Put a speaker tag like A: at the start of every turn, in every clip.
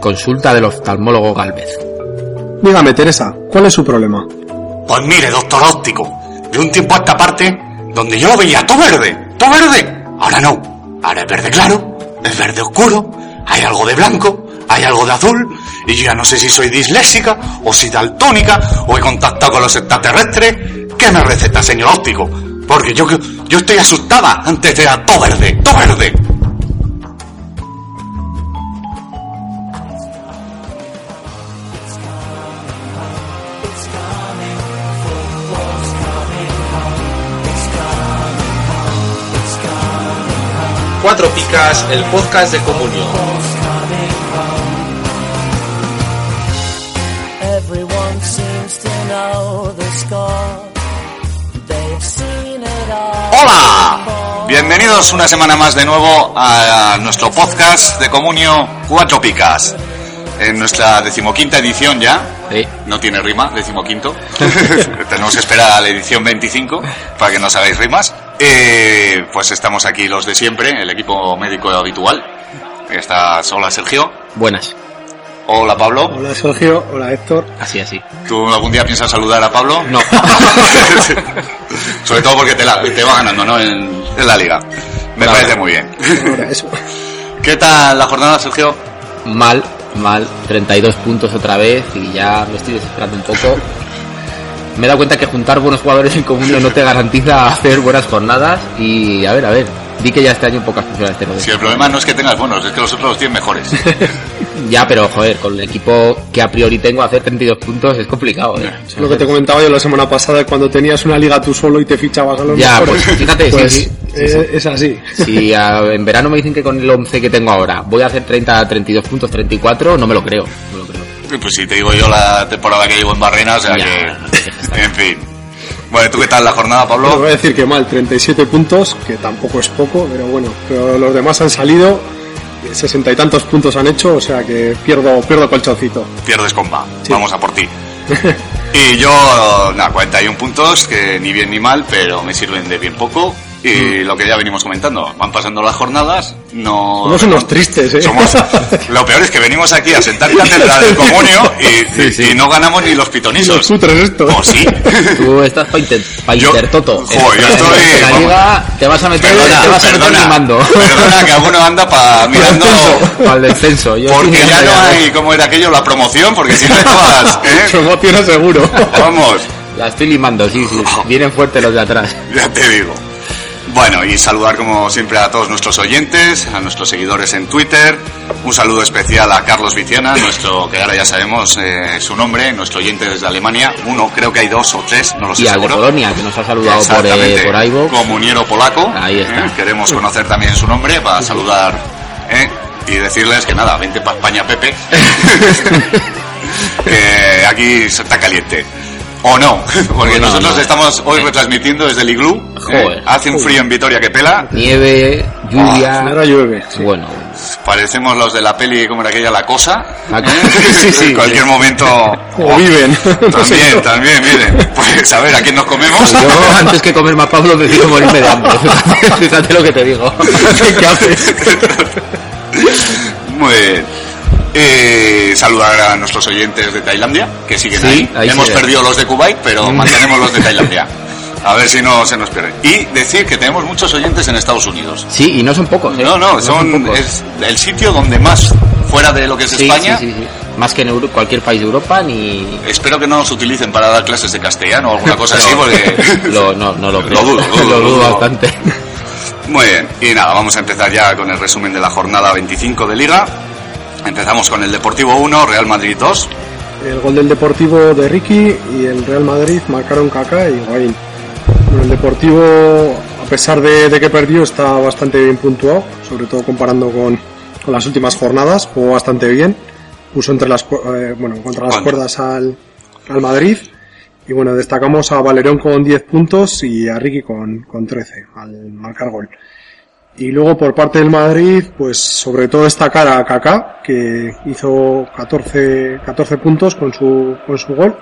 A: Consulta del oftalmólogo Galvez.
B: Dígame, Teresa, ¿cuál es su problema?
C: Pues mire, doctor óptico, de un tiempo a esta parte, donde yo lo veía todo verde, todo verde, ahora no. Ahora es verde claro, es verde oscuro, hay algo de blanco, hay algo de azul, y yo ya no sé si soy disléxica, o si daltónica, o he contactado con los extraterrestres. ¿Qué me receta, señor óptico? Porque yo, yo estoy asustada, antes era todo verde, todo verde.
D: Cuatro Picas, el podcast de comunión.
E: Everyone seems to know the score. They've seen it all.
C: ¡Hola! Bienvenidos una semana más de nuevo a nuestro podcast de Comunio Cuatro Picas. En nuestra decimoquinta edición ya.
A: Sí.
C: No tiene rima, decimoquinto. Tenemos que esperar a la edición 25 para que nos hagáis rimas. Eh, pues estamos aquí los de siempre, el equipo médico habitual. Está hola Sergio,
A: Buenas.
C: hola Pablo.
B: Hola, Sergio. Hola, Héctor.
A: Así, así.
C: ¿Tú algún día piensas saludar a Pablo?
A: No.
C: Sobre todo porque te, la- te va ganando, ¿no? En, en la liga. Me
A: Claro.
C: parece muy bien.
B: Ahora, eso.
C: ¿Qué tal la jornada, Sergio?
A: Mal, mal. 32 puntos otra vez y ya me estoy desesperando un poco. Me he dado cuenta que juntar buenos jugadores en común no te garantiza hacer buenas jornadas. Y a ver, a ver. Di que ya este año pocas funciones tengo.
C: Si el problema no es que tengas buenos, es que los otros los tienen mejores.
A: Ya, pero joder, con el equipo que a priori tengo, hacer 32 puntos es complicado, ¿eh?
B: Lo que te comentaba yo la semana pasada, cuando tenías una liga tú solo y te fichabas a los
A: Ya,
B: mejores.
A: pues, fíjate, sí,
B: Pues,
A: sí, sí,
B: eh, Es así.
A: Si ah, en verano me dicen que con el 11 que tengo ahora voy a hacer 30, 32 puntos, 34, no me lo creo. No me lo creo.
C: Pues si te digo yo la temporada que llevo en Barrena, o sea
A: Ya,
C: que... En fin. Bueno, ¿tú qué tal la jornada,
B: Bueno,
C: Pablo?
B: voy a decir que mal, 37 puntos, que tampoco es poco, pero bueno, pero los demás han salido, 60 y tantos puntos han hecho, o sea que pierdo, pierdo colchoncito.
C: Pierdes comba.
B: Sí.
C: Vamos a por ti. Y yo, nada, 41 puntos, que ni bien ni mal, pero me sirven de bien poco. Y lo que ya venimos comentando, van pasando las jornadas, no...
B: Somos unos tristes, ¿eh?
C: Somos- Lo peor es que venimos aquí a sentar cátedra del comunio y, y- y no ganamos ni los
B: Los
C: pitonisos.
B: cutres esto.
C: O sí.
A: Tú estás para
C: Yo-
A: Intertoto.
C: Joder, yo
A: En
C: estoy-
A: la liga te vas a meter, te vas a meter mimando.
C: perdona, que alguno anda para mirando
A: Al descenso. Yo estoy
C: porque ya
A: mirando
C: no
A: ya.
C: hay cómo era aquello la promoción, porque si no estabas, ¿eh?
B: Promociona seguro.
C: vamos,
A: La estoy limando, sí, sí.
C: Oh.
A: Vienen fuertes los de atrás.
C: ya te digo. Bueno, y saludar como siempre a todos nuestros oyentes, a nuestros seguidores en Twitter. Un saludo especial a Carlos Viciana, nuestro que ahora ya sabemos eh, su nombre, nuestro oyente desde Alemania. Uno, creo que hay dos o tres, no lo sé
A: Y al de
C: seguro.
A: Polonia, que nos ha saludado por, eh,
C: Exactamente.
A: por iVoox.
C: Comuniero polaco.
A: Ahí está.
C: ¿eh? Queremos conocer también su nombre para saludar ¿eh? y decirles que nada, vente para España, Pepe. que aquí se está caliente. O no, porque
A: O no,
C: nosotros
A: no. Eh.
C: estamos hoy retransmitiendo desde el Iglú. ¿eh?
A: Joder.
C: Hace un frío en Vitoria que pela.
A: Nieve,
B: Ahora
C: Ah,
A: lluvia.
B: llueve. sí.
A: Bueno,
C: Parecemos los de la peli, como era aquella, La Cosa.
A: La
C: ¿eh?
A: Cosa. Sí, sí.
C: En cualquier momento.
B: O viven. No sé
C: También,
B: yo.
C: también, miren. Pues a ver, ¿a quién nos comemos?
A: yo antes que comerme a Pablo prefiero morirme de hambre. Fíjate, fíjate lo que te digo. ¿Qué haces?
C: Muy bien. Eh, saludar a nuestros oyentes de Tailandia, que siguen
A: Sí,
C: ahí.
A: ahí
C: Hemos
A: siguen. Mm.
C: perdido los de Kuwait, pero mantenemos los de Tailandia. A ver si no se nos pierden. Y decir que tenemos muchos oyentes en Estados Unidos.
A: Sí, y no son pocos. ¿eh?
C: No, no,
A: son
C: son
A: pocos.
C: es el sitio donde más, fuera de lo que es
A: Sí,
C: España,
A: sí, sí, sí. Más que en Euro- cualquier país de Europa, ni.
C: espero que no nos utilicen para dar clases de castellano o alguna cosa así, Ah, porque...
A: Lo, no, no lo
C: Lo
A: creo.
C: dudo, lo dudo, lo dudo.
A: bastante.
C: Muy bien, y nada, vamos a empezar ya con el resumen de la jornada 25 de Liga. Empezamos con el Deportivo 1, Real Madrid 2,
B: El gol del Deportivo de Ricky y el Real Madrid marcaron Kaká y Higuaín. Bueno, el Deportivo, a pesar de, de que perdió, está bastante bien puntuado, sobre todo comparando con, con las últimas jornadas, jugó bastante bien, puso entre las, cu- eh, bueno, contra las
C: Bueno.
B: cuerdas al, al Madrid. Y bueno, destacamos a Valerón con 10 puntos y a Ricky con, con 13 al marcar gol. Y luego por parte del Madrid, pues sobre todo destacar a Kaká, que hizo 14, 14 puntos con su, con su gol.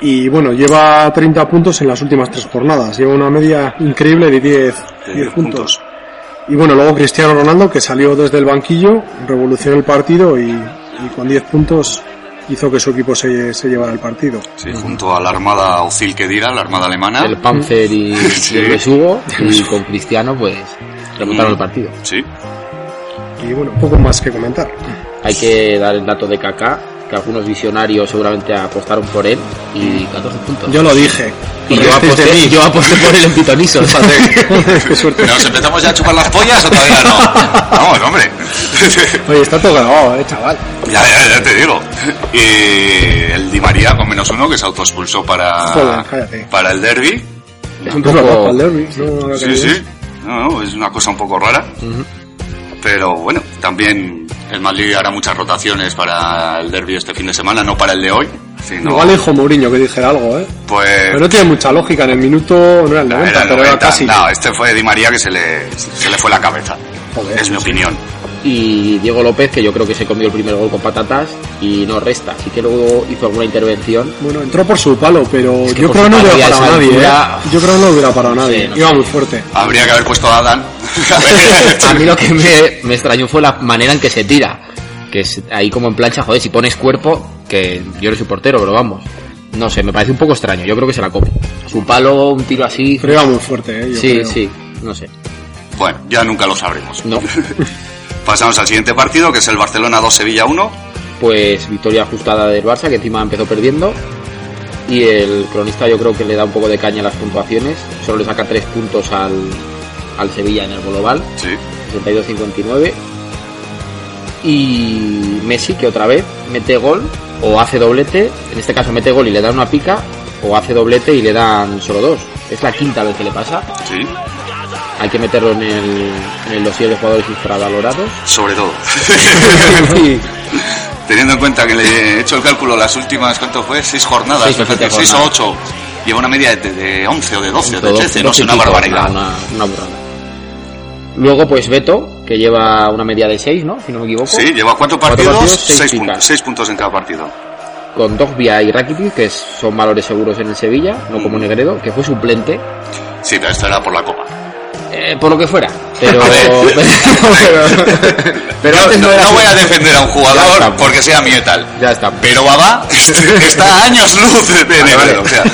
B: Y bueno, lleva 30 puntos en las últimas tres jornadas. Lleva una media increíble de 10,
C: De
B: 10
C: puntos.
B: puntos. Y bueno, luego Cristiano Ronaldo, que salió desde el banquillo, revolucionó el partido y, y con 10 puntos hizo que su equipo se, se llevara el partido.
C: Sí, junto a la armada Ozil Kedira, la armada alemana.
A: El Panzer y,
C: Sí.
A: y el Besugo, y con Cristiano, pues remontaron
C: Mm.
A: el partido.
C: Sí.
B: Y bueno, poco más que comentar.
A: Hay que dar el dato de Kaká, que algunos visionarios seguramente apostaron por él, y 14 puntos.
B: Yo lo dije.
A: y yo
B: Correcto, de
A: aposté,
B: mí.
A: yo aposté por él en pitonisos.
B: Qué suerte.
C: ¿Nos empezamos ya a chupar las pollas o todavía no? Vamos, hombre.
B: Oye, está todo grabado, eh, chaval.
C: ya, ya, ya te digo. Y el Di María con menos uno que se autoexpulsó para,
B: Joder, cállate.
C: para el derby.
A: es un
B: Es verdad,
A: poco...
B: para el derbi, Pues no, no,
C: Sí,
B: que-
C: sí. No, no, es una cosa un poco rara. Pero bueno, también el Madrid hará muchas rotaciones para el derby este fin de semana, no para el de hoy. Sino,
B: Igual dijo Mourinho que dijera algo, ¿eh?
C: Pues
B: Pero no tiene mucha lógica. En el minuto no era el 90,
C: Era el
B: pero era
C: 90.
B: casi.
C: No, este fue Di María que se le, se le fue la cabeza.
B: Joder.
C: es mi opinión.
A: y Diego López, que yo creo que se comió el primer gol con patatas y no resta. Así que luego hizo alguna intervención.
B: Bueno, entró por su palo, pero
A: que
B: yo
A: por su
B: creo que no
A: palo
B: hubiera
A: y a
B: parado a
A: esa
B: nadie,
A: altura-
B: ¿eh? Yo creo que no hubiera parado a nadie.
A: no
B: Iba
A: sé.
B: muy fuerte.
C: Habría que haber puesto a Adán.
A: A mí lo que me, me extrañó fue la manera en que se tira. Que es ahí como en plancha, joder, si pones cuerpo, que yo no soy portero, pero vamos. No sé, me parece un poco extraño. Yo creo que se la come. Su palo, un tiro así.
B: Pero iba muy fuerte, ¿eh? Yo
A: sí,
B: creo.
A: sí, no sé.
C: Bueno, ya nunca lo sabremos.
A: No.
C: Pasamos al siguiente partido, que es el Barcelona 2 Sevilla 1.
A: Pues victoria ajustada del Barça, que encima empezó perdiendo. Y el cronista yo creo que le da un poco de caña a las puntuaciones. Solo le saca tres puntos al, al Sevilla en el global.
C: Sí.
A: 62-59. Y Messi, que otra vez mete gol o hace doblete. En este caso mete gol y le dan una pica. O hace doblete y le dan solo dos. Es la quinta vez que le pasa.
C: Sí,
A: Hay que meterlo en el, en el dossier de jugadores infravalorados.
C: sobre todo.
A: Sí,
C: Teniendo en cuenta que le he hecho el cálculo las últimas, ¿cuánto fue? Seis jornadas,
A: Seis o
C: me parece,
A: siete
C: seis o
A: jornadas.
C: ocho. Lleva una media de, de 11 o de 12 o de
A: Todo,
C: 13, no
A: dos
C: sé,
A: y
C: una
A: pico,
C: barbaridad.
A: Una, una burrada. Luego, pues Beto, que lleva una media de 6, ¿no? Si no me equivoco.
C: Sí, lleva cuatro
A: Cuatro
C: partidos,
A: partidos,
C: seis,
A: seis
C: pun-
A: picas.
C: seis puntos en cada partido.
A: Con Dogbia y Rakitic, que son valores seguros en el Sevilla, no como Negredo, que fue suplente,
C: Sí, pero esto era por la copa.
A: eh, por lo que fuera. Pero.
C: A ver.
A: pero- pero
C: no,
A: antes no
C: no-
A: era
C: no
A: así.
C: voy a defender a un
A: Ya
C: jugador
A: está.
C: porque sea mío y tal.
A: Ya está.
C: Pero Baba está a años luz de Negredo.
A: vale.
C: O sea,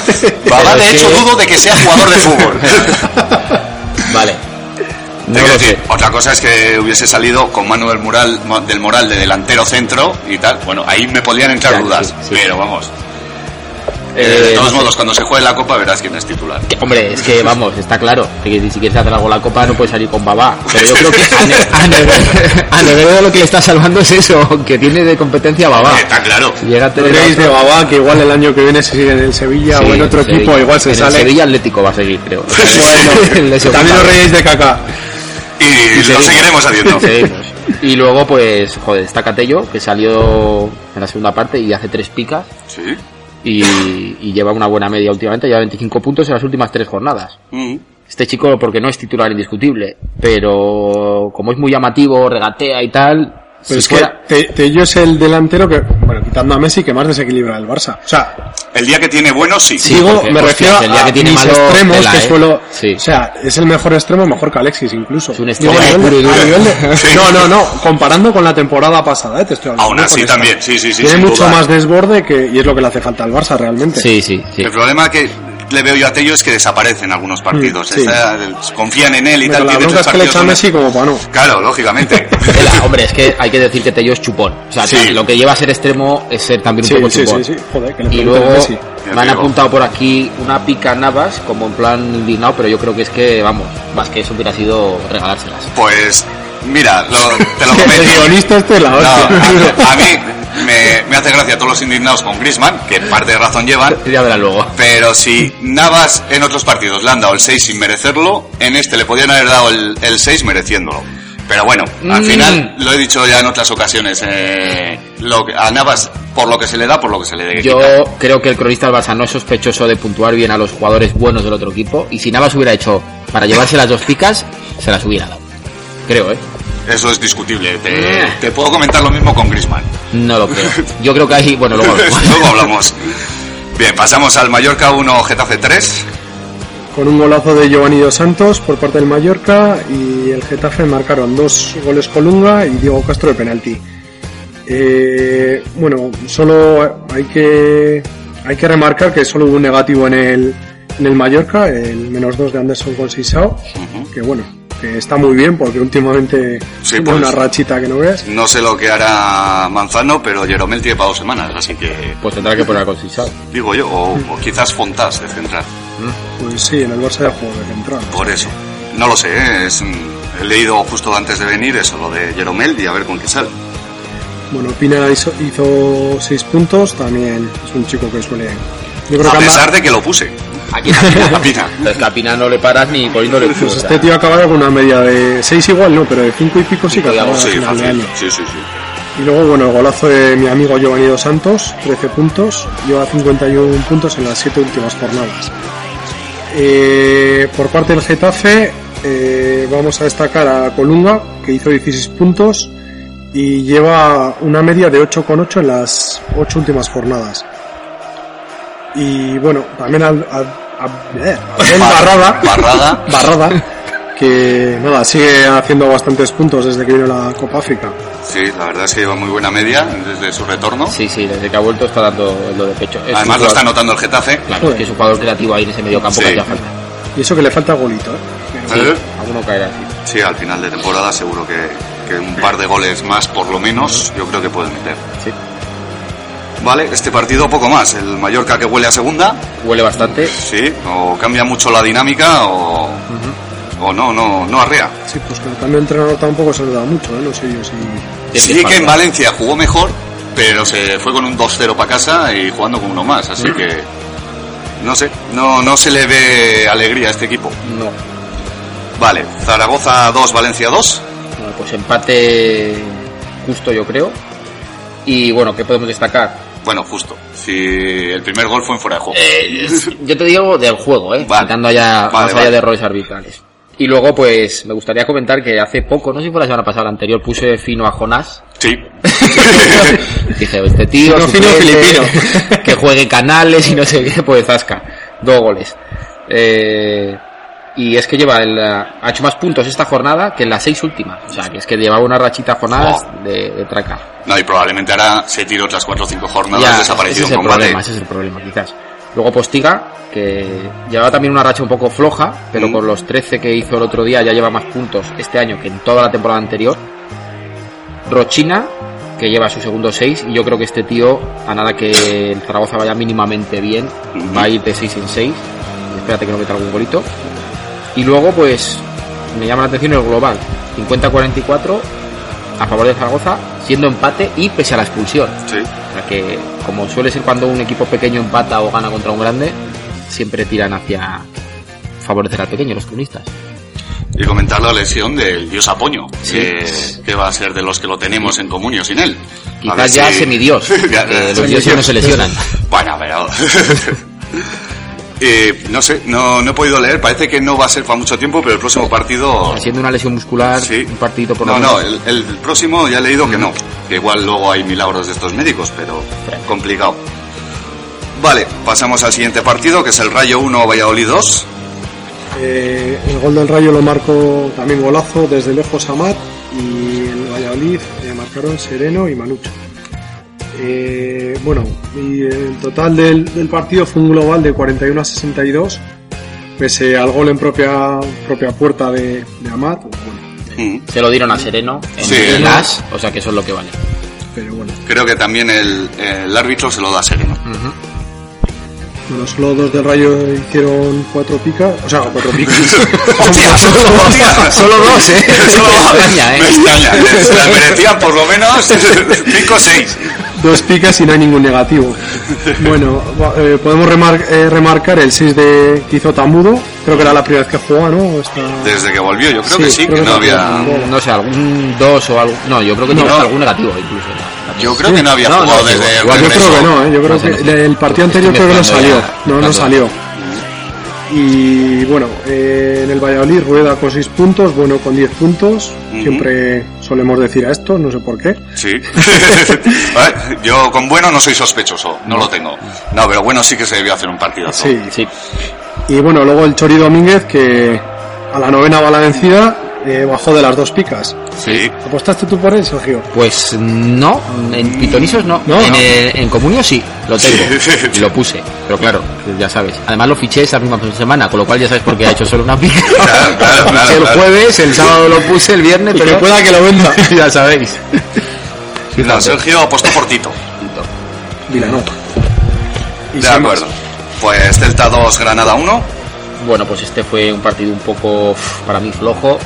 C: Baba,
A: Pero
C: de
A: es
C: hecho,
A: que-
C: dudo de que sea jugador de fútbol.
A: Vale.
C: Te
A: No
C: quiero
A: lo
C: decir,
A: sé.
C: otra cosa es que hubiese salido con Manuel Mural, Mo- del Moral de delantero centro y tal. Bueno, ahí me podían entrar
A: Ya,
C: dudas,
A: sí, sí.
C: pero vamos. Eh,
A: Eh,
C: de todos
A: no sé.
C: modos, cuando se juegue la Copa verás quién es titular.
A: Que, hombre, es que vamos, está claro. Que si quieres hacer algo la copa no puedes salir con babá. Pero yo creo que a, Ne- a Negredo, a Negredo lo que le está salvando es eso, que tiene de competencia a babá.
C: Eh, Está claro.
A: Si llega a
B: ¿No
A: tener
B: creéis
A: otro-
B: de Babá que igual el año que viene se sigue en el Sevilla
A: Sí,
B: o en otro
A: Sevilla.
B: equipo igual se
A: En el
B: sale?
A: Sevilla Atlético va a seguir, creo. El de
B: Bueno,
A: segunda.
B: también os reíais de Kaká.
C: Y, lo
A: seguimos.
C: seguiremos haciendo.
A: Seguimos. Y luego, pues, joder, está Catello, que salió en la segunda parte y hace tres picas
C: Sí.
A: y, y lleva una buena media últimamente, lleva 25 puntos en las últimas tres jornadas.
C: Mm.
A: Este chico, porque no es titular indiscutible, pero como es muy llamativo, regatea y tal,
B: Pero
A: si
B: es que
A: fuera-
B: Pues Te- Tello es el delantero que, bueno, quitando a Messi, que más desequilibra el Barça. O sea,
C: El día que tiene bueno, sí.
A: Sí,
B: digo,
A: porque,
B: me
A: hostia,
B: refiero
A: el día
B: a
A: que tiene
B: mis
A: malo,
B: extremos,
A: tela,
B: que
A: ¿eh?
B: suelo...
A: Sí.
B: O sea, es el mejor extremo, mejor que Alexis incluso.
A: Es un
B: Digo,
A: extremo
B: a nivel de-
A: puro y
B: a
A: duro.
B: nivel de-
C: Sí.
B: No, no, no. Comparando con la temporada pasada, ¿eh? te estoy hablando.
C: Aún
B: ¿no?
C: así
B: Con esta.
C: también, sí, sí, sí,
B: Tiene
C: sin
B: mucho
C: duda.
B: más desborde que, y es lo que le hace falta al Barça realmente.
A: Sí, sí, sí.
C: El problema que le veo yo a Tello es que desaparece en algunos partidos.
B: Mm, sí.
C: Está- confían en él y
B: Pero
C: tal.
B: la
C: tiene
B: bronca es
C: tres
B: que le
C: partidos
B: echa a
C: donde-
B: Messi como para no.
C: Claro, lógicamente.
A: Tela, hombre, es que hay que decir que Tello es chupón. O sea,
C: Sí.
A: lo que lleva a ser extremo es ser también un
B: Sí,
A: poco
B: sí,
A: chupón.
B: sí, sí. Joder, que le
A: y
B: pregunten
A: luego
B: a Messi.
A: me
C: Ya
A: han
C: te digo.
A: apuntado por aquí una pica Navas, como en plan indignado, pero yo creo que es que, vamos, más que eso hubiera sido regalárselas.
C: Pues mira, lo- te lo
B: El
C: comento.
B: guionista este es la
C: No,
B: hostia.
C: a, a mí me, me hace gracia todos los indignados con Griezmann, que parte de razón llevan,
A: Ya verás luego.
C: pero si Navas en otros partidos le han dado el 6 sin merecerlo, en este le podían haber dado el, el 6 mereciéndolo. Pero bueno, al
A: Mm.
C: final lo he dicho ya en otras ocasiones, eh, lo que- a Navas por lo que se le da, por lo que se le dé.
A: Yo creo que el cronista del Barça no es sospechoso de puntuar bien a los jugadores buenos del otro equipo. Y si Navas hubiera hecho para llevarse las dos picas, se las hubiera dado. Creo, ¿eh?
C: Eso es discutible. Te,
A: Mm.
C: te puedo comentar lo mismo con Griezmann.
A: No lo creo. Yo creo que ahí, bueno, luego.
C: Luego hablamos. Bien, pasamos al Mallorca 1, Getafe 3.
B: con un golazo de Giovanni Dos Santos por parte del Mallorca y el Getafe marcaron dos goles Colunga y Diego Castro de penalti. Eh, bueno, solo hay que, hay que remarcar que solo hubo un negativo en el, en el Mallorca, el menos 2 de Anderson con Sisao, que bueno, que está muy bien porque últimamente
C: Sí,
B: tiene
C: pues.
B: una rachita que no veas.
C: No sé lo que hará Manzano, pero Jeromel tiene para dos semanas, así que
A: Pues tendrá que poner a Concisao.
C: digo yo, o, o quizás Fontás de central.
B: Pues sí, en el Barça ya jugó de central.
C: Por eso. No lo sé, ¿eh? es, mm, he leído justo antes de venir eso, lo de Jeromel y a ver con qué sale.
B: Bueno, Pina hizo, hizo 6 puntos, también es un chico que suele... Yo creo
C: A
B: que anda-
C: pesar de que lo puse.
A: Aquí
C: A Pina.
A: Entonces la pina no le paras ni poniéndole el
B: Pues este tío ha acabado con una media de 6 igual, no, pero de 5 y pico sí que ha acabado al
C: Sí,
B: final de
C: fácil.
B: año.
C: Sí, sí, sí.
B: Y luego, bueno, el golazo de mi amigo Giovanni Dos Santos, 13 puntos, lleva 51 puntos en las 7 últimas jornadas. Eh, por parte del Getafe, eh, vamos a destacar a Colunga, que hizo 16 puntos y lleva una media de 8,8 en las 8 últimas jornadas. Y bueno, también al, a- a- eh, Abdel Barrada,
C: Barrada.
B: Barrada, que nada, sigue haciendo bastantes puntos desde que vino la Copa África.
C: Sí, la verdad es que lleva muy buena media desde su retorno.
A: Sí, sí, desde que ha vuelto está dando lo de pecho. Es
C: Además
A: un
C: lo está
A: jugador-
C: anotando el Getafe.
A: Claro, es que es un jugador creativo ahí en ese medio campo
C: Sí.
A: que hacía falta.
B: Y eso que le falta golito, ¿eh?
C: ¿Eh?
A: Alguno caerá así.
C: Sí, al final de temporada seguro que, que un par de goles más por lo menos yo creo que puede meter.
A: Sí.
C: Vale, este partido poco más. El Mallorca que huele a segunda,
A: Huele bastante.
C: sí, o cambia mucho la dinámica o, o no, no, no arrea.
B: Sí, pues que también entrenador tampoco se le da mucho, ¿eh? No sé yo si...
C: Sí que en Valencia jugó mejor, pero se fue con un 2-0 para casa y jugando con uno más, así que no sé, no, no se le ve alegría a este equipo.
A: No.
C: Vale, Zaragoza 2, Valencia 2.
A: Bueno, pues empate justo yo creo. Y bueno, ¿qué podemos destacar?
C: Bueno, justo. Si el primer gol fue en fuera de juego.
A: Eh, yo te digo del juego, ¿eh?
C: Vale.
A: Quitando ya,
C: Vale,
A: más allá
C: vale.
A: de errores arbitrales. Y luego, pues, me gustaría comentar que hace poco, no sé si fue la semana pasada o la anterior, puse fino a Jonás.
C: Sí.
A: Dije, este tío,
B: Fino, fino,
A: suplente,
B: filipino.
A: que juegue canales y no sé qué, pues zasca. Dos goles. Eh, y es que lleva el, ha hecho más puntos esta jornada que en las seis últimas. O sea, que es que llevaba una rachita Jonás de, de traca.
C: No, y probablemente ahora se tiró otras 4 o 5 jornadas
A: Ya,
C: desaparecido
A: ese
C: en
A: es el
C: combate.
A: problema, ese es el problema, quizás. Luego Postiga, que llevaba también una racha un poco floja, pero
C: Mm.
A: con los 13 que hizo el otro día ya lleva más puntos este año que en toda la temporada anterior. Rochina, que lleva su segundo 6, y yo creo que este tío, a nada que el Zaragoza vaya mínimamente bien,
C: Ujú.
A: va a ir de 6 en 6. Espérate que no meta algún golito. Y luego, pues, me llama la atención el global. 50-44 a favor de Zaragoza, siendo empate y pese a la expulsión.
C: Sí.
A: O sea que, como suele ser cuando un equipo pequeño empata o gana contra un grande, siempre tiran hacia favorecer al pequeño, los cronistas.
C: Y comentar la lesión del dios Apoño,
A: Sí.
C: que, que va a ser de los que lo tenemos en comunio sin él. A ver
A: Quizás ya
C: si-
A: semidios,
C: Ya,
A: porque los
C: semidios.
A: dioses no se lesionan.
C: Bueno, pero... Eh, no sé, no, no he podido leer, parece que no va a ser para mucho tiempo, pero el próximo partido...
A: Siendo una lesión muscular,
C: Sí.
A: un partidito por lo
C: No,
A: menos.
C: no, el, el próximo ya he leído que no. Que igual luego hay milagros de estos médicos, pero complicado. Vale, pasamos al siguiente partido, que es el Rayo 1, Valladolid 2.
B: Eh, el gol del Rayo lo marcó también golazo desde lejos Amat y el Valladolid eh, marcaron Sereno y Manucho. Eh, bueno, y el total del, del partido fue un global de 41 a 62, pese al gol en propia, propia puerta de, de Amat, bueno,
C: Mm.
A: Se lo dieron a Sereno en
C: Sí.
A: el As, o sea que eso es lo que vale.
B: pero bueno.
C: Creo que también el, el árbitro se lo da sereno.
B: Bueno, solo dos del Rayo hicieron cuatro picas, o sea, cuatro picas.
C: ¡Hostias! ¡Hostias!
A: Solo dos, ¿eh?
C: Solo
A: Me extraña, ¿eh?
C: Me extraña. Se la merecían por lo menos 5 o 6.
B: Dos picas y no hay ningún negativo. Bueno, va- eh, podemos remar- eh, remarcar el 6 de que hizo Tamudo. Creo que era la primera vez que jugaba, ¿no? Esta-
C: Desde que volvió, yo creo
B: Sí,
C: que sí,
B: creo
C: que
B: que
C: no
B: también.
C: había.
A: No sé, algún dos o algo. No, yo creo que
B: No.
A: llevaba algún negativo incluso.
C: Yo creo que no había
A: No, no,
C: jugado
A: sí,
C: desde el
B: Igual yo creo que
C: regreso.
B: no, ¿eh? yo creo
A: No sé, no
B: que
A: sé.
B: del partido
A: Estoy
B: anterior creo que no
A: mezclando
B: salió.
A: ya
B: No, no
A: tanto.
B: salió. Y bueno, eh, en el Valladolid Rueda con 6 puntos, bueno con 10 puntos.
C: Ujú.
B: Siempre solemos decir a esto, no sé por qué.
C: Sí. Vale, Yo con bueno no soy sospechoso, no lo tengo. No, pero bueno sí que se debió hacer un partidazo.
B: Sí.
A: Sí,
B: Y bueno, luego el Chori Domínguez que a la novena va la vencida eh, bajó de las dos picas.
C: Sí.
B: ¿Apostaste tú por él, Sergio?
A: Pues no, en pitonisos no.
B: No,
A: en,
B: no.
A: eh, en comunio sí, lo tengo.
C: Sí.
A: Y lo puse, pero claro, ya sabes. Además lo fiché esa misma semana, con lo cual ya sabes por qué ha hecho solo una pica. Lo
C: Claro, claro, claro,
A: fiché el
C: claro.
A: jueves, el sábado lo puse, el viernes, pero
B: pueda que lo venda.
A: ya sabéis.
C: No, Sergio apostó por Tito.
B: Villanova. Y
C: De
B: sin
C: acuerdo. Pues Celta 2, Granada 1.
A: Bueno, pues este fue un partido un poco uf, para mí flojo.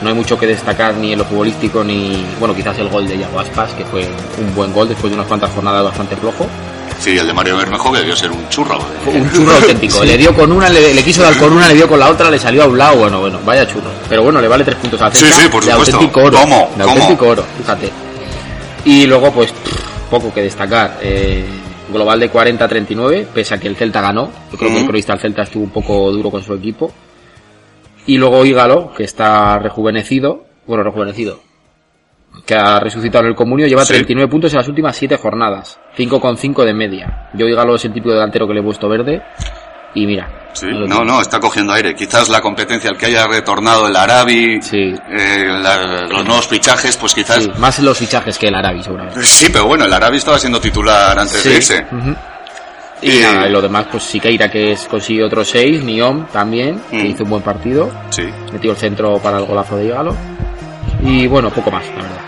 A: No hay mucho que destacar ni en lo futbolístico ni, bueno, quizás el gol de Iago Aspas, que fue un buen gol después de unas cuantas jornadas bastante flojo.
C: Sí, el de Mario Bermejo que debió ser un churro. ¿eh?
A: Fue un churro auténtico. Le dio con una, le, le quiso dar con una, le dio con la otra, le salió a un lado. Bueno, bueno, vaya churro. Pero bueno, le vale tres puntos a la
C: Sí,
A: Celta
C: sí, por
A: de
C: supuesto.
A: auténtico oro.
C: ¿Cómo?
A: De
C: ¿Cómo?
A: auténtico oro, fíjate. Y luego, pues, pff, poco que destacar. Eh, global de 40-39, pese a que el Celta ganó. Yo creo que el
C: Ujú.
A: cronista del Celta estuvo un poco duro con su equipo. Y luego Ígalo, que está rejuvenecido. Bueno, rejuvenecido. Que ha resucitado en el comunio, lleva
C: Sí.
A: 39 puntos en las últimas 7 jornadas. 5,5 de media. Yo Ígalo es el típico delantero que le he puesto verde. Y mira.
C: Sí,
A: ahí lo
C: no,
A: tienes.
C: no, está cogiendo aire. Quizás la competencia, el que haya retornado el Arabi,
A: Sí.
C: eh, la- los nuevos fichajes, pues quizás.
A: Sí,
C: Sí.
A: más los fichajes que el Arabi, seguramente.
C: pero bueno, el Arabi estaba siendo titular antes de irse.
A: Ujú. Y,
C: Eh,
A: nada, y lo demás, pues Siqueira que es, consigue otro 6, Niom también, que
C: Mm.
A: hizo un buen partido.
C: Sí.
A: Metió el centro para el golazo de Ígalo. Y bueno, poco más, la verdad.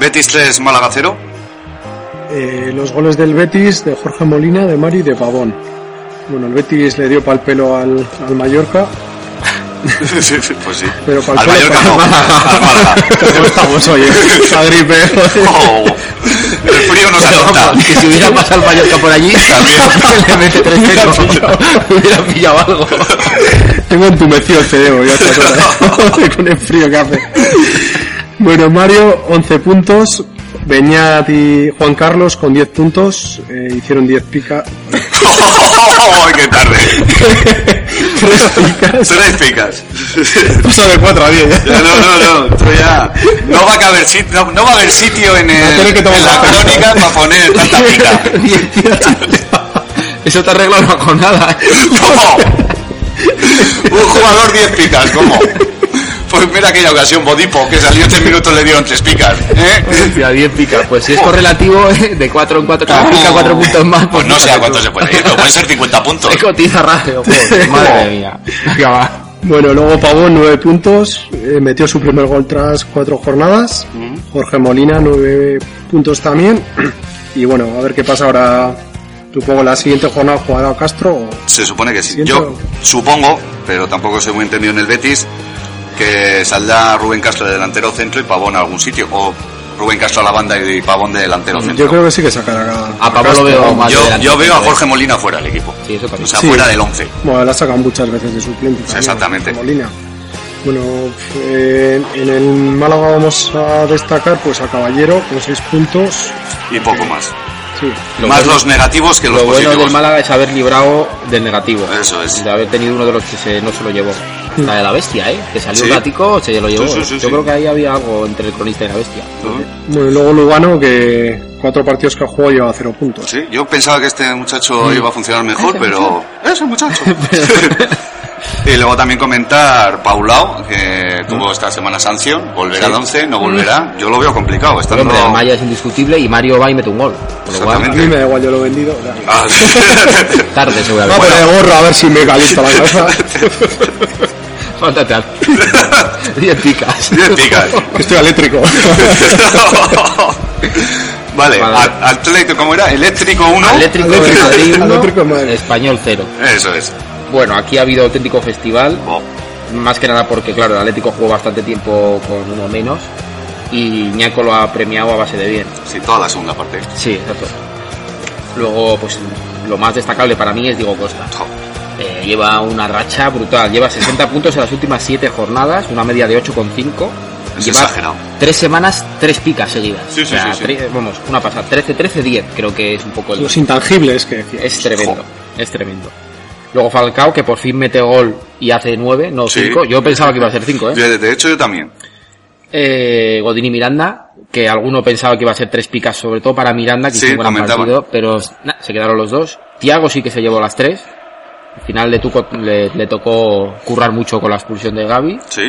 C: Betis 3, Málaga 0.
B: Eh, los goles del Betis, de Jorge Molina, de Mari y de Pavón. Bueno, el Betis le dio pal pelo al, al Mallorca.
C: pues sí.
B: Pero para
C: al
B: el
C: Mallorca no.
B: Málaga.
C: Al Málaga.
B: ¿Cómo estamos hoy? La gripe.
C: Oh, el frío nos
A: Pero
C: atontado.
A: vamos, que si hubiera pasado el Mallorca por allí,
C: También.
A: le mete 3 hubiera pillado algo.
B: Tengo entumecido el cerebro ya a estas horas, con el frío que hace. Bueno, Mario, 11 puntos. Beñat y Juan Carlos con 10 puntos. Eh, hicieron 10 pica,
C: Oh, ¡Qué tarde! Tres picas.
B: Pasa de 4 a 10 ya.
C: Ya, No, no, no, esto ya. No va a caber sitio, no, no va a haber sitio en, el-
B: tener que tomar
C: en la
B: café.
C: crónica para poner tanta pica.
A: Eso te arregla una jornada. ¿eh?
C: ¿Cómo? Un jugador 10 picas, ¿cómo? Pues mira aquella ocasión, Bodipo, que salió 10 minutos le dieron 3 picas. ¿eh?
A: Hostia, 10 picas. Pues si es correlativo, eh, de 4 en 4, cada pica 4 puntos más.
C: Pues no sé a cuánto se
A: se
C: puede ir, pero pueden ser 50 puntos.
A: cotiza rápido, joder, madre mía. Venga, va.
B: Bueno, luego Pavón, 9 puntos. eh, metió su primer gol tras 4 jornadas. Jorge Molina, 9 puntos también. Y bueno, a ver qué pasa ahora. Supongo la siguiente jornada jugará Castro. o-
C: Se supone que sí.
B: Siento-
C: Yo supongo, pero tampoco soy muy entendido en el Betis, que saldrá Rubén Castro de delantero centro y Pavón a algún sitio. O Rubén Castro a la banda y Pavón de delantero centro.
B: Yo creo que sí que sacará.
A: A Pavón lo veo Mm, más
C: Yo,
A: delantero.
C: yo veo a Jorge Molina fuera del equipo.
A: Sí, eso también.
C: O sea,
B: Sí.
C: fuera del 11.
B: Bueno, la sacan muchas veces de suplente. también,
C: Exactamente.
B: Molina. Bueno, eh, en el Málaga vamos a destacar pues a Caballero con 6 puntos.
C: Y poco más.
B: Sí.
A: Lo
C: más
A: bueno-
C: los negativos que los
A: Lo bueno
C: positivos.
A: del Málaga es haber librado del negativo.
C: Eso es.
A: De haber tenido uno de los que se- no se lo llevó. La de la bestia, ¿eh? Que salió
C: Sí.
A: un gatico, se lo llevó.
C: Sí, sí, sí,
A: Yo
C: sí.
A: creo que ahí había algo entre el cronista y la bestia.
B: Bueno, y luego Lugano que 4 partidos que ha jugado lleva 0 puntos.
C: Sí, yo pensaba que este muchacho
A: Mm.
C: iba a funcionar mejor, pero es el muchacho. y luego también comentar Paulao, que
A: Mm.
C: tuvo esta semana sanción, volverá al 11, no volverá. Yo lo veo complicado,
A: El
C: estando...
A: Mm. hombre, el Maya es indiscutible y Mario va y mete un gol. Con lo
B: A
A: cual,
C: Pues Exactamente.
B: mí me da igual, yo lo he vendido. o sea que-
C: Ah,
A: tarde
B: No,
A: seguramente.
B: pero de gorro a ver si me calienta la cabeza.
A: Falta tal. Diez picas.
C: diez picas.
B: que Estoy eléctrico.
C: vale,
A: Vale.
C: al- Atlético, ¿cómo era? Eléctrico 1.
A: Atlético de
B: Atlético-
A: Madrid uno,
B: Atlético de Madrid.
A: Español 0.
C: Eso es.
A: Bueno, aquí ha habido auténtico festival.
C: Oh,
A: Más que nada porque, claro, el Atlético jugó bastante tiempo con uno menos y Ñaco lo ha premiado a base de bien.
C: sí, toda la segunda parte.
A: Sí, exacto. Luego, pues lo más destacable para mí es Diego Costa.
C: Oh,
A: Eh, lleva una racha brutal, lleva 60 puntos en las últimas 7 jornadas, una media de 8,5.
C: Es
A: lleva
C: exagerado.
A: 3 semanas, 3 picas seguidas.
C: Sí, sí,
A: O sea,
C: sí, sí.
A: tre- vamos, una pasada. 13, 13, 10 creo que es un poco el...
B: Los intangibles que decía. este
A: Es tremendo, es tremendo. Luego Falcao, que por fin mete gol y hace 9, no
C: Sí.
A: 5. Yo pensaba que iba a ser 5, ¿eh?
C: de- De hecho, yo también.
A: eh, Godín y Miranda, que alguno pensaba que iba a ser tres picas, sobre todo para Miranda, que
C: Sí,
A: hizo un gran
C: comentaba.
A: partido, pero nah, se quedaron los dos. Tiago sí que se llevó las tres. Al final le, tuco- le, le tocó currar mucho con la expulsión de Gaby.
C: Sí.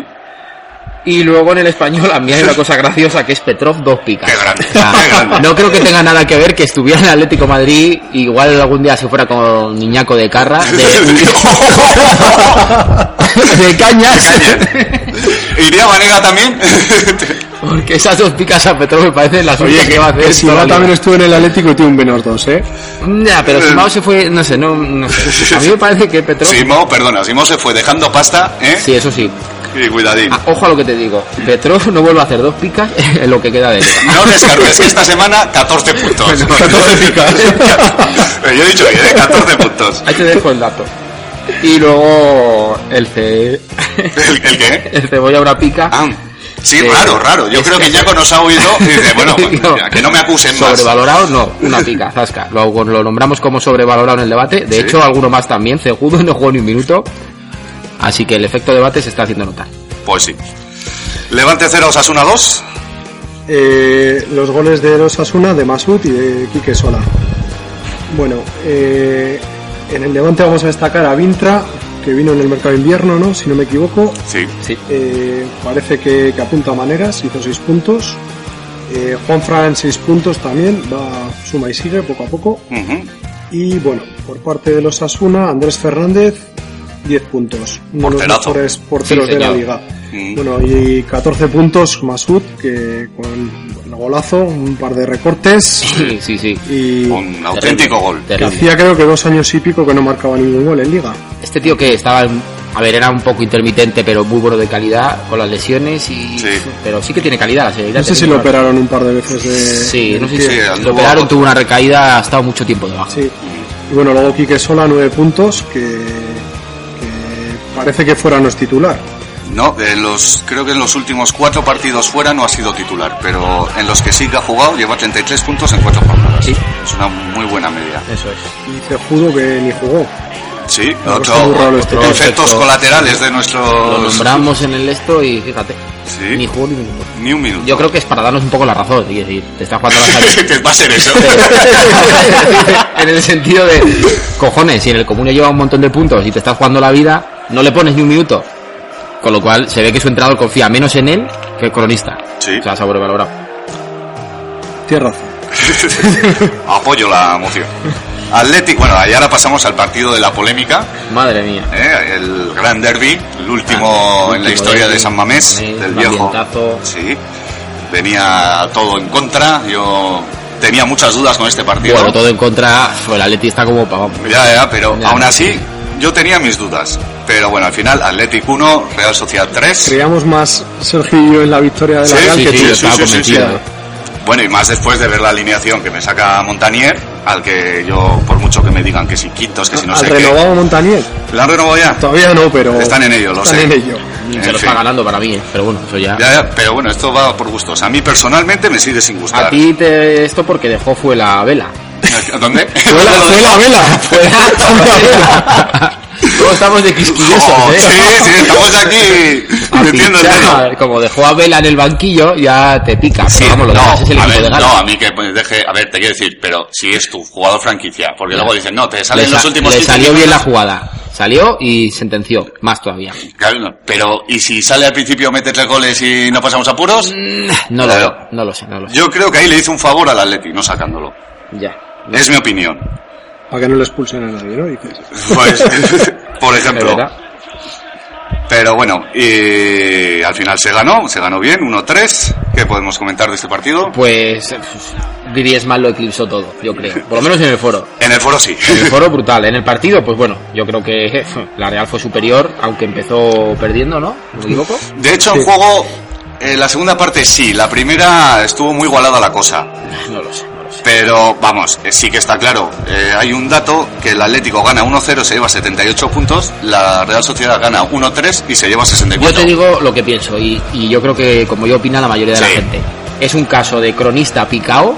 A: Y luego en el español a mí hay una cosa graciosa que es Petrov dos picas.
C: Qué grande,
A: O sea,
C: qué grande.
A: No creo que tenga nada que ver que estuviera en el Atlético de Madrid, igual algún día se fuera con Niñaco de Carra, de, de cañas.
C: Iría Vanega también.
A: Porque esas dos picas a Petrov me parecen las únicas que va a hacer.
B: Que si
A: toda
B: va
A: la
B: también
A: liga.
B: estuvo en el Atlético y tiene un menos dos, ¿eh?
A: Ya, pero Simao se fue, no sé, no, no sé. A mí me parece que Petrov... Sí,
C: Simo, perdona, Simo se fue dejando pasta, ¿eh?
A: eso sí.
C: Y cuidadín.
A: Ah, ojo a lo que te digo. Petrov no vuelve a hacer dos picas en lo que queda de liga.
C: No descartes esta semana 14 puntos. 14 picas. Yo he dicho bien, ¿eh? 14 puntos.
A: Ahí te dejo el dato. Y luego el ce...
C: ¿El, el qué?
A: el cebolla una pica.
C: Ah, sí,
A: Eh,
C: raro, raro. Yo
A: es
C: creo que
A: que-
C: Jaco nos ha oído y dice, bueno, pues, mira, que no me acusen más.
A: Sobrevalorado, no, una pica, zasca. Lo, lo nombramos como sobrevalorado en el debate. De
C: Sí.
A: hecho, alguno más también. Cejudo no jugó ni un minuto. Así que el efecto debate se está haciendo notar.
C: Pues sí. Levante 0, Osasuna 2.
B: Eh, los goles de Osasuna, de Masut y de Quique Sola. Bueno, eh, en el Levante vamos a destacar a Vintra, que vino en el mercado de invierno, ¿no? Si no me equivoco.
C: Sí.
B: Eh, parece que, que apunta a maneras, hizo 6 puntos. Eh, Juan Fran 6 puntos también, va suma y sigue poco a poco.
C: Ujú.
B: Y bueno, por parte de los Asuna, Andrés Fernández, 10 puntos. Uno de los
C: Porterazo.
B: mejores porteros
A: Sí,
B: de la
A: señor.
B: liga.
C: Mm.
B: Bueno, y 14 puntos Masud, que con bueno, golazo, un par de recortes
A: Sí, sí, sí.
B: y
C: Un auténtico gol.
B: que
A: Terrible.
B: hacía creo que dos años y pico que no marcaba ningún gol en liga.
A: Este tío que estaba, en- a ver, era un poco intermitente, pero muy bueno de calidad con las lesiones y,
C: Sí.
A: pero sí que tiene calidad. la seriedad
B: No sé
A: que
B: si
A: tiene.
B: lo operaron un par de veces de...
A: Sí, no sé
C: Sí,
A: si
C: anduvo-
A: lo operaron, tuvo una recaída, ha estado mucho tiempo debajo.
B: Sí. Y bueno, luego Quique Sola, 9 puntos, que, que parece que fuera no es titular.
C: No, de los, creo que en los últimos cuatro partidos fuera no ha sido titular, pero en los que sí que ha jugado lleva 33 puntos en cuatro jornadas.
A: Sí.
C: Es una muy buena media.
A: Eso es.
B: Y Cejudo que ni jugó.
C: Sí,
B: está muy raro
C: otro,
B: este
C: efectos
A: efecto.
C: colaterales de
A: Lo
C: nuestros...
A: nombramos en el esto y fíjate,
C: Sí.
A: ni jugó ni minuto.
C: Ni un minuto.
A: Yo creo que es para darnos un poco la razón, es decir, te está jugando la salud.
C: que va a ser eso.
A: en el sentido de, cojones, si en el comunio lleva un montón de puntos y te estás jugando la vida, no le pones ni un minuto. Con lo cual se ve que su entrenador confía menos en él que el cronista.
C: Sí.
A: O sea, sobrevalorado.
B: Tienes razón.
C: Apoyo la moción. Atlético, bueno, y ahora pasamos al partido de la polémica,
A: Madre mía.
C: ¿eh? el gran derby, el
A: Ah,
C: último en
A: último
C: la historia de
A: derbi,
C: San Mamés,
A: Mamés,
C: del
A: un
C: viejo.
A: ambientazo.
C: Sí, venía todo en contra, yo tenía muchas dudas con este partido.
A: Bueno, todo en contra, pues el Atleti está como pa- vamos.
C: Ya, ya, pero
A: Ya.
C: aún así yo tenía mis dudas. Pero bueno, al final Atlético 1, Real Sociedad 3.
B: Creíamos más Sergio y yo en la victoria de la
C: Sí,
B: Real
A: sí,
B: que
A: sí,
B: tú.
A: yo estaba convencido.
C: Bueno, y más después de ver la alineación que me saca Montanier, al que yo, por mucho que me digan que si quintos, que si no
B: Al
C: sé qué.
B: renovado Montanier.
C: ¿La han renovado ya?
B: Todavía no, pero.
C: Están en ello, lo
B: están
C: sé.
B: en ello.
A: Se
C: En
A: lo
C: fin.
A: está ganando para mí, eh, pero bueno, eso ya.
C: Ya, ya, pero bueno, esto va por gustos. A mí personalmente me sigue sin gustar.
A: A ti te, esto porque dejó fue la vela.
C: ¿Dónde?
B: Fue la, fue la vela.
A: Luego estamos de quisquillosos,
C: Oh,
A: eh.
C: sí, sí, estamos aquí
A: A
C: metiendo el
A: pinchar,
C: dedo.
A: a ver, como dejó a Vela en el banquillo, ya te pica.
C: Sí,
A: pero vamos, lo
C: no,
A: demás es el
C: a
A: equipo
C: ver,
A: de
C: No,
A: Gala.
C: a mí que pues, deje, a ver, te quiero decir, pero si es tu jugador franquicia, porque
A: Ya.
C: luego dicen, no, te
A: le
C: salen
A: sa-
C: los últimos
A: le
C: 15
A: salió bien la
C: minutos.
A: jugada. Salió y sentenció. Más todavía.
C: Claro, no, pero ¿y si sale al principio, mete tres goles y no pasamos apuros?
A: Mm. No lo,
C: Mm, Claro.
A: no lo sé, no lo sé.
C: Yo creo que ahí le hizo un favor al Atleti, no sacándolo.
A: Ya.
C: Es mi opinión.
B: Para que no le expulsen a nadie, ¿no? Dices.
C: Pues, por
A: De
C: ejemplo.
A: verdad.
C: Pero bueno, y al final se ganó, se ganó bien, 1-3. ¿Qué podemos comentar de este partido?
A: Pues. Dirías mal lo eclipsó todo, yo creo. Por lo menos en el foro.
C: En el foro sí.
A: En el foro brutal. En el partido, pues bueno, yo creo que la Real fue superior, aunque empezó perdiendo, ¿no? ¿Me equivoco?
C: De hecho, en juego, eh, la segunda parte sí, la primera estuvo muy igualada la cosa.
A: No lo sé, no lo sé.
C: Pero vamos, eh, sí que está claro. Eh, hay un dato que el Atlético gana 1-0, se lleva 78 puntos, la Real Sociedad gana 1-3 y se lleva
A: Yo
C: 64.
A: te digo lo que pienso y, y yo creo que, como yo opina la mayoría de la
C: Sí.
A: gente, es un caso de cronista picao,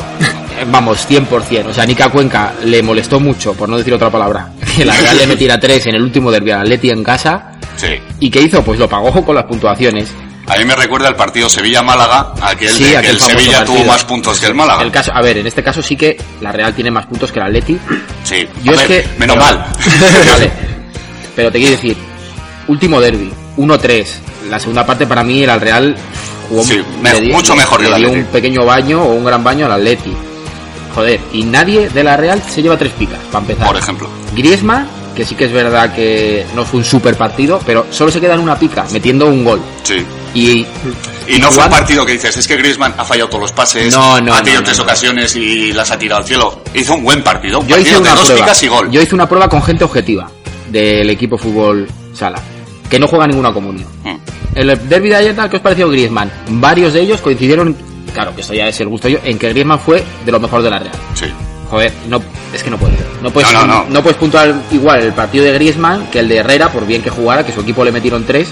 A: eh, vamos, 100%. O sea, Nica Cuenca le molestó mucho, por no decir otra palabra, que la Real le metiera tres en el último derbi al Atleti en casa.
C: Sí.
A: ¿Y qué hizo? Pues lo pagó con las puntuaciones.
C: A mí me recuerda el partido Sevilla-Málaga, aquel
A: Sí,
C: de que
A: aquel
C: el
A: famoso
C: Sevilla tuvo
A: partido.
C: más puntos que el Málaga.
A: El caso, a ver, en este caso sí que la Real tiene más puntos que el Atleti,
C: Sí.
A: Yo
C: Hombre,
A: es que.
C: Menos
A: pero-
C: mal.
A: Vale. Pero te quiero decir, último derby, 1-3. la segunda parte para mí el Al Real jugó
C: Sí,
A: le
C: me- mucho mejor
A: le
C: que el
A: dio
C: Atleti.
A: un pequeño baño o un gran baño al Atleti. Joder, y nadie de la Real se lleva tres picas, para empezar.
C: por ejemplo.
A: Griezmann, que sí que es verdad que no fue un super partido, pero solo se queda en una pica, metiendo un gol.
C: Sí.
A: Y
C: Y no fue un
A: ¿Cuándo?
C: partido que dices, es que Griezmann ha fallado todos los pases,
A: No, no,
C: ha tenido
A: no,
C: tres
A: no.
C: ocasiones y las ha tirado al cielo. Hizo un buen partido, un
A: yo hice
C: partido de
A: una
C: dos
A: prueba.
C: picas y gol.
A: Yo hice una prueba con gente objetiva del equipo fútbol sala, que no juega ninguna comunión.
C: Mm.
A: El derby de ayer, tal, ¿qué os pareció Griezmann? Varios de ellos coincidieron, claro que esto ya es el gusto yo, en que Griezmann fue de lo mejor de la Real.
C: Sí.
A: Joder, no, es que no puedes. No puedes,
C: No, no, no.
A: puedes puntuar igual el partido de Griezmann que el de Herrera, por bien que jugara, que su equipo le metieron tres,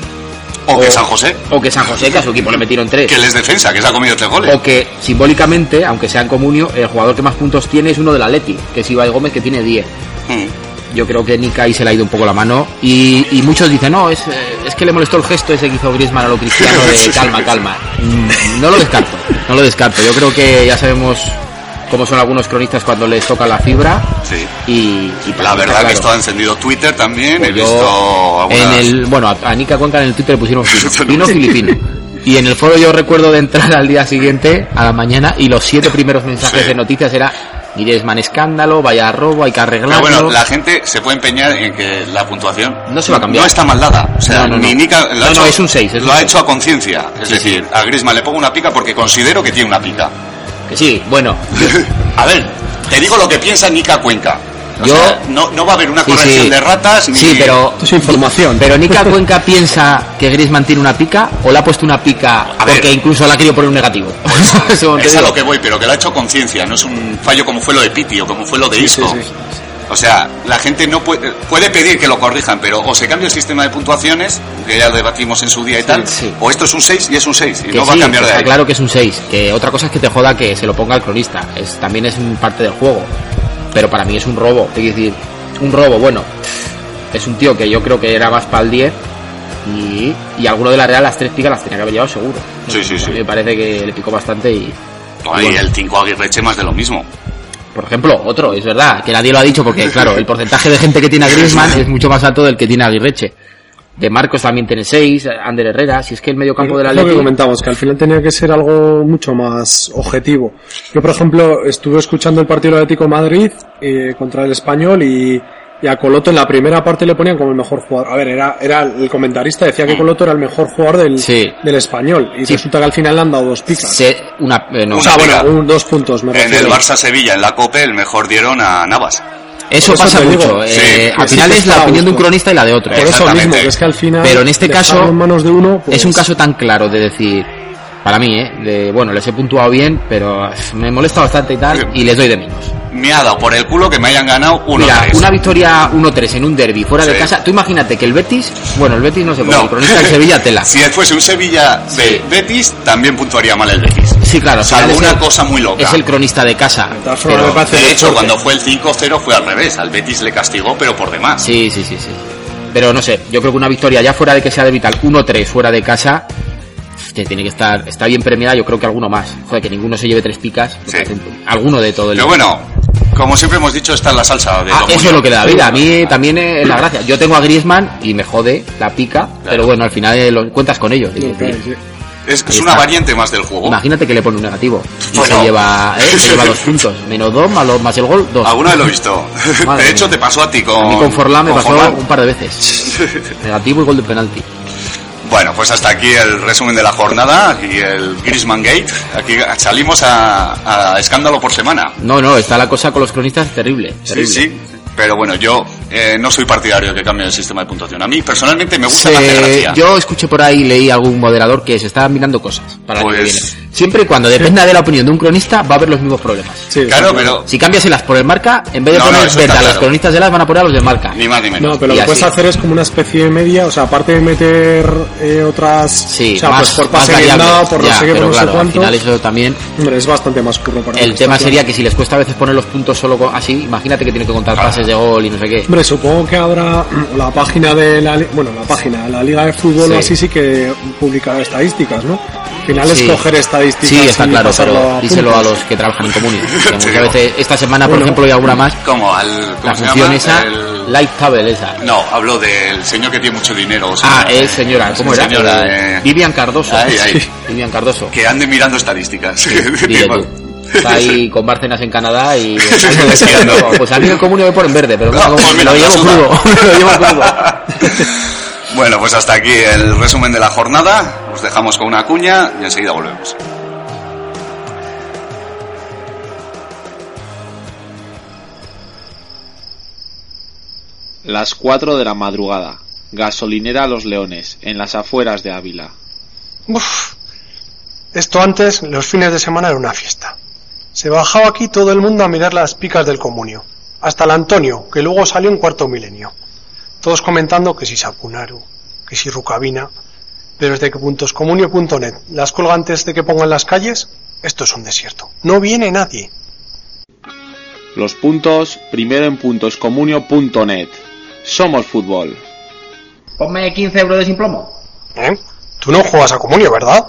C: O que
A: O-
C: San José,
A: o que San José, que a su equipo le metieron tres.
C: que les defensa, que se ha comido tres goles.
A: O que simbólicamente, aunque sea en comunio, el jugador que más puntos tiene es uno del Atleti, que es Ibai Gómez, que tiene 10.
C: Mm.
A: Yo creo que Nica ahí se le ha ido un poco la mano. Y, y muchos dicen, no, es, eh, es que le molestó el gesto ese que hizo Griezmann a lo cristiano de calma, calma. Mm, No lo descarto, no lo descarto. Yo creo que ya sabemos cómo son algunos cronistas cuando les toca la fibra.
C: Sí.
A: Y, y para mí está
C: La verdad que
A: claro. Pues
C: esto ha encendido Twitter también,
A: Yo,
C: he visto
A: en
C: algunas...
A: el bueno a, a Nica Cuenca en el Twitter le pusieron filipino filipino y en el foro yo recuerdo de entrar al día siguiente a la mañana y los siete primeros mensajes
C: Sí.
A: de noticias era Griezmann escándalo vaya robo hay que
C: Pero
A: arreglarlo
C: bueno, la gente se puede empeñar en que la puntuación
A: No se va a cambiar.
C: No está mal dada. O sea,
A: No, no, no.
C: ni Nica lo
A: No,
C: ha hecho,
A: no, es un seis, es
C: lo
A: un
C: ha
A: seis.
C: hecho a conciencia. Es decir, a Griezmann le pongo una pica porque considero que tiene una pica.
A: Que sí bueno
C: a ver, te digo lo que piensa Nica Cuenca. O
A: Yo-
C: sea, no, no va a haber una
A: sí,
C: corrección
A: sí.
C: de ratas ni.
A: sí pero
B: Esto es información.
A: pero Nica Cuenca piensa que Griezmann tiene una pica o le ha puesto una pica
C: A ver.
A: porque incluso la ha querido poner un negativo Eso te
C: Es a
A: digo.
C: lo que voy, pero que lo ha hecho conciencia, no es un fallo como fue lo de Piti o como fue lo de
B: sí,
C: Isco.
B: sí, sí.
C: O sea, la gente no puede, puede pedir que lo corrijan, pero o se cambia el sistema de puntuaciones, que ya debatimos en su día y tal,
A: sí.
C: o esto es un 6 y es un 6, y
A: Que
C: no va a
A: sí,
C: cambiar de
A: está
C: ahí.
A: claro que es un 6. Que otra cosa es que te joda que se lo ponga el cronista. Es, también es un parte del juego. Pero para mí es un robo. Es decir, un robo, bueno. Es un tío que yo creo que era más para el 10. Y, y alguno de la Real las tres picas las tenía que haber llevado seguro.
C: Sí, sí,
A: A mí
C: sí.
A: Me parece que le picó bastante y...
C: No, y el 5 Aguirre Chema es de lo mismo.
A: Por ejemplo, otro, es verdad, que nadie lo ha dicho porque, claro, el porcentaje de gente que tiene a Griezmann es mucho más alto del que tiene a Aguirreche. De Marcos también tiene 6, Ander Herrera, si es que el medio campo de la
B: Es lo que
A: Atleti...
B: comentamos, que al final tenía que ser algo mucho más objetivo. Yo, por ejemplo, estuve escuchando el partido del Atlético de Madrid eh, contra el Español y, y a Coloto en la primera parte le ponían como el mejor jugador. A ver, era, era el comentarista, decía que Coloto era el mejor jugador del,
A: Sí.
B: del Español y
A: Sí.
B: resulta que al final le han dado dos picas.
A: Se, una, eh, no,
B: O sea,
C: Mira,
B: bueno, un- dos puntos me
C: Ah, En
B: refiero.
C: el Barça Sevilla, en la COPE, el mejor dieron a Navas.
A: Eso
B: Por eso
A: pasa
B: te digo,
A: mucho.
B: sí,
A: eh,
B: que
A: al
B: sí
A: final
B: que
A: es la
B: está a
A: opinión de un
B: gusto.
A: cronista y la de otro.
B: Por eso mismo,
C: Exactamente.
B: que es que al final.
A: Pero en este
B: dejarlo
A: caso,
B: En manos de uno, pues,
A: Es un caso tan claro de decir, para mí, ¿eh? De, bueno, les he puntuado bien, pero eh, me molesta bastante y tal, y les doy de menos.
C: Me ha dado por el culo que me hayan ganado uno
A: Mira,
C: tres.
A: una victoria 1-3 en un derby fuera de
C: Sí.
A: casa. Tú imagínate que el Betis, bueno, el Betis no se puede,
C: No.
A: el cronista del Sevilla tela.
C: Si fuese un Sevilla de
A: Sí.
C: Betis, también puntuaría mal el Betis.
A: Sí, claro, al final
C: Salvo
A: es
C: una
A: el-
C: cosa muy loca.
A: Es el cronista de casa.
B: De todas formas,
A: pero-
B: me parece
C: De
B: de
C: hecho,
B: suerte.
C: cuando fue el 5-0 fue al revés. Al Betis le castigó, pero por demás.
A: Sí, sí, sí, sí. Pero no sé, yo creo que una victoria ya fuera de que sea de vital 1-3 fuera de casa, que tiene que estar, está bien premiada, yo creo que alguno más. Joder, que ninguno se lleve tres picas, me
C: Sí.
A: parece un- alguno de todo el
C: Pero bueno, como siempre hemos dicho, está en la salsa de
A: Ah,
C: lo
A: eso es
C: bueno.
A: lo que le da vida. A mí también eh, es la gracia. Yo tengo a Griezmann y me jode la pica, pero bueno, al final eh, lo cuentas con ellos.
B: Sí,
A: Es
B: claro,
A: decir,
B: sí.
C: Es, es
A: Ahí
C: una
A: está.
C: variante más del juego.
A: Imagínate que le pone un negativo. Y
C: Bueno.
A: se, lleva, eh, se lleva dos puntos. Menos dos, más, lo- más el gol, dos.
C: Alguna vez lo he visto.
A: Madre
C: de hecho,
A: mía.
C: te pasó a ti con.
A: A mí con Forlán me
C: con
A: pasó
C: Forlán.
A: un par de veces. Negativo y gol de penalti.
C: Bueno, pues hasta aquí el resumen de la jornada y el Griezmann Gate. Aquí salimos a, a escándalo por semana.
A: No, no, está la cosa con los cronistas terrible.
C: Sí,
A: terrible.
C: sí. Pero bueno, yo eh, no soy partidario de que cambie el sistema de puntuación. A mí personalmente me gusta
A: Se-
C: más de gracia.
A: yo escuché por ahí, leí algún moderador que se estaba mirando cosas para el año que
C: Pues-
A: viene. Siempre y cuando dependa de la opinión de un cronista, va a haber los mismos problemas.
B: Sí,
C: Claro,
B: sí.
C: pero
A: Si cambias el as por el marca, en vez de
C: No, no,
A: poner
C: eso
A: beta,
C: está
A: los
C: claro.
A: cronistas de las van a poner a los de marca.
C: ni más ni menos.
B: No, pero
A: Y
B: lo que puedes
A: así.
B: hacer es como una especie de media, o sea, aparte de meter eh, otras,
A: Sí,
B: o sea,
A: más,
B: pues por
A: más
B: pase
A: variables.
B: guindado, por no
A: Ya,
B: sé qué, por
A: pero
B: no
A: claro,
B: sé cuánto.
A: al final eso también.
B: Hombre, es bastante más curro para
A: El
B: mí,
A: tema
B: está
A: sería
B: claro.
A: que si les cuesta a veces poner los puntos solo con- así, imagínate que tiene que contar pases de gol y no sé qué.
B: Hombre, supongo que habrá mm, la página de la li- bueno, la página, la Liga de Fútbol
A: Sí.
B: o así sí que publica estadísticas, ¿no? Al final es
A: Sí.
B: coger estadísticas.
A: Sí, está
B: y
A: claro,
B: pasarlo
A: pero
B: a
A: díselo a
B: puntos.
A: los que trabajan en comunidad. que muchas
F: Sí.
A: veces, esta semana, por
B: Bueno.
A: ejemplo, hay alguna más.
C: Como al. ¿Cómo
A: La
C: se
A: función
C: llama?
A: esa,
C: El-
A: Light Table esa.
C: No, hablo del señor que tiene mucho dinero. o sea,
A: Ah, es señora, ¿cómo era?
C: Señora, eh,
A: Vivian Cardoso.
C: Ahí, ahí.
A: Sí, Vivian Cardoso.
C: que ande mirando estadísticas.
A: Dile tú. Está ahí con Bárcenas en Canadá y...
C: Investigando.
A: pues a mí el común me ponen verde, pero
C: No, pues
A: lo
C: mira, me la
A: llevo crudo.
C: suda.
A: lo llevo crudo.
C: bueno, pues hasta aquí el resumen de la jornada. Os dejamos con una cuña y enseguida volvemos.
E: Las 4 de la madrugada. Gasolinera Los Leones, en las afueras de Ávila.
G: Uf. Esto antes, los fines de semana era una fiesta. Se bajaba aquí todo el mundo a mirar las picas del comunio. Hasta el Antonio, que luego salió en cuarto milenio. Todos comentando que si Sapunaru, que si Rucabina. Pero desde que puntoscomunio.net las cuelga antes de que pongan las calles, esto es un desierto. No viene nadie.
E: Los puntos, primero en puntoscomunio.net. Somos fútbol.
H: Ponme 15 euros de sin plomo.
G: ¿Eh? Tú no juegas a comunio, ¿verdad?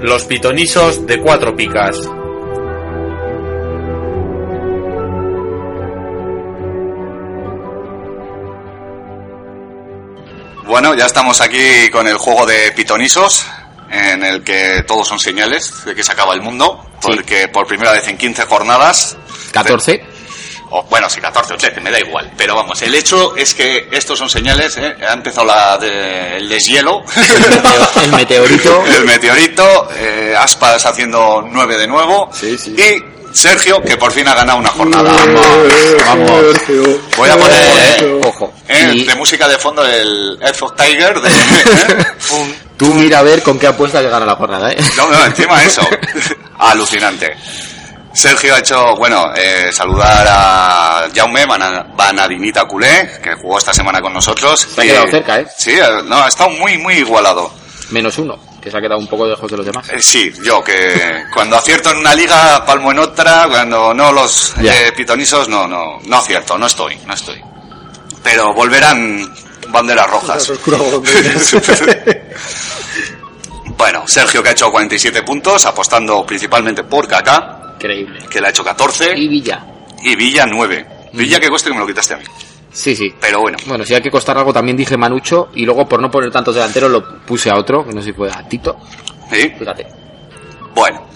D: Los pitonisos de cuatro picas.
C: Bueno, ya estamos aquí con el juego de pitonisos, en el que todos son señales de que se acaba el mundo, porque por primera vez en 15 jornadas,
A: 14.
C: o bueno, si 14 o 13, me da igual, pero vamos, el hecho es que estos son señales, ¿eh? ha empezado la de, el deshielo,
A: El meteorito.
C: el meteorito, eh, Aspas haciendo 9 de nuevo, y Sergio, que por fin ha ganado una jornada.
A: Vamos.
C: Voy a poner...
A: Ojo.
C: eh,
A: Y
C: de música de fondo el Earth of Tiger de, ¿eh? Un-
A: tú mira a ver con qué apuesta que gana la jornada, ¿eh?
C: No, no, encima eso. Alucinante. Sergio ha hecho, bueno, eh, saludar a Jaume Bana- Banadinita Culé, que jugó esta semana con nosotros.
A: Se ha quedado cerca, ¿eh?
C: Sí, eh, no, ha estado muy, muy igualado.
A: Menos uno, que se ha quedado un poco lejos de los demás.
C: Eh, sí, yo que cuando acierto en una liga, palmo en otra, cuando no los
A: Ya.
C: eh, pitonisos, no, no, no acierto, no estoy, no estoy. Pero volverán banderas rojas. bueno, Sergio que ha hecho 47 puntos, apostando principalmente por Kaká.
A: Increíble.
C: que le ha hecho 14
A: Y Villa.
C: y Villa 9. Villa que cueste que me lo quitaste a mí.
A: Sí, sí.
C: Pero bueno,
A: Bueno, si hay que costar algo, también dije Manucho. Y luego, por no poner tantos delanteros, lo puse a otro, que no sé si fue a Tito.
C: ¿sí?
A: Fíjate.
C: Bueno.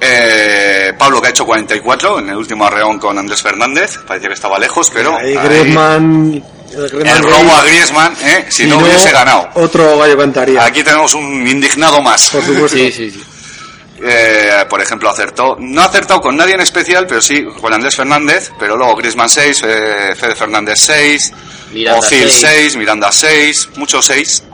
C: Eh, Pablo que ha hecho 44 en el último arreón con Andrés Fernández. Parecía que estaba lejos, pero...
B: Ahí
C: ahí-
B: Griezmann, el Griezmann
C: el robo a Griezmann, ¿eh? si no hubiese ganado.
B: Otro gallo cantaría.
C: Aquí tenemos un indignado más.
B: Por supuesto.
A: Sí, sí, sí.
C: Eh, por ejemplo, acertó. No ha acertado con nadie en especial, pero sí con Andrés Fernández, pero luego Griezmann 6, eh, Fede Fernández 6,
A: Miranda
C: Ozil
A: seis.
C: 6, Miranda 6, muchos 6.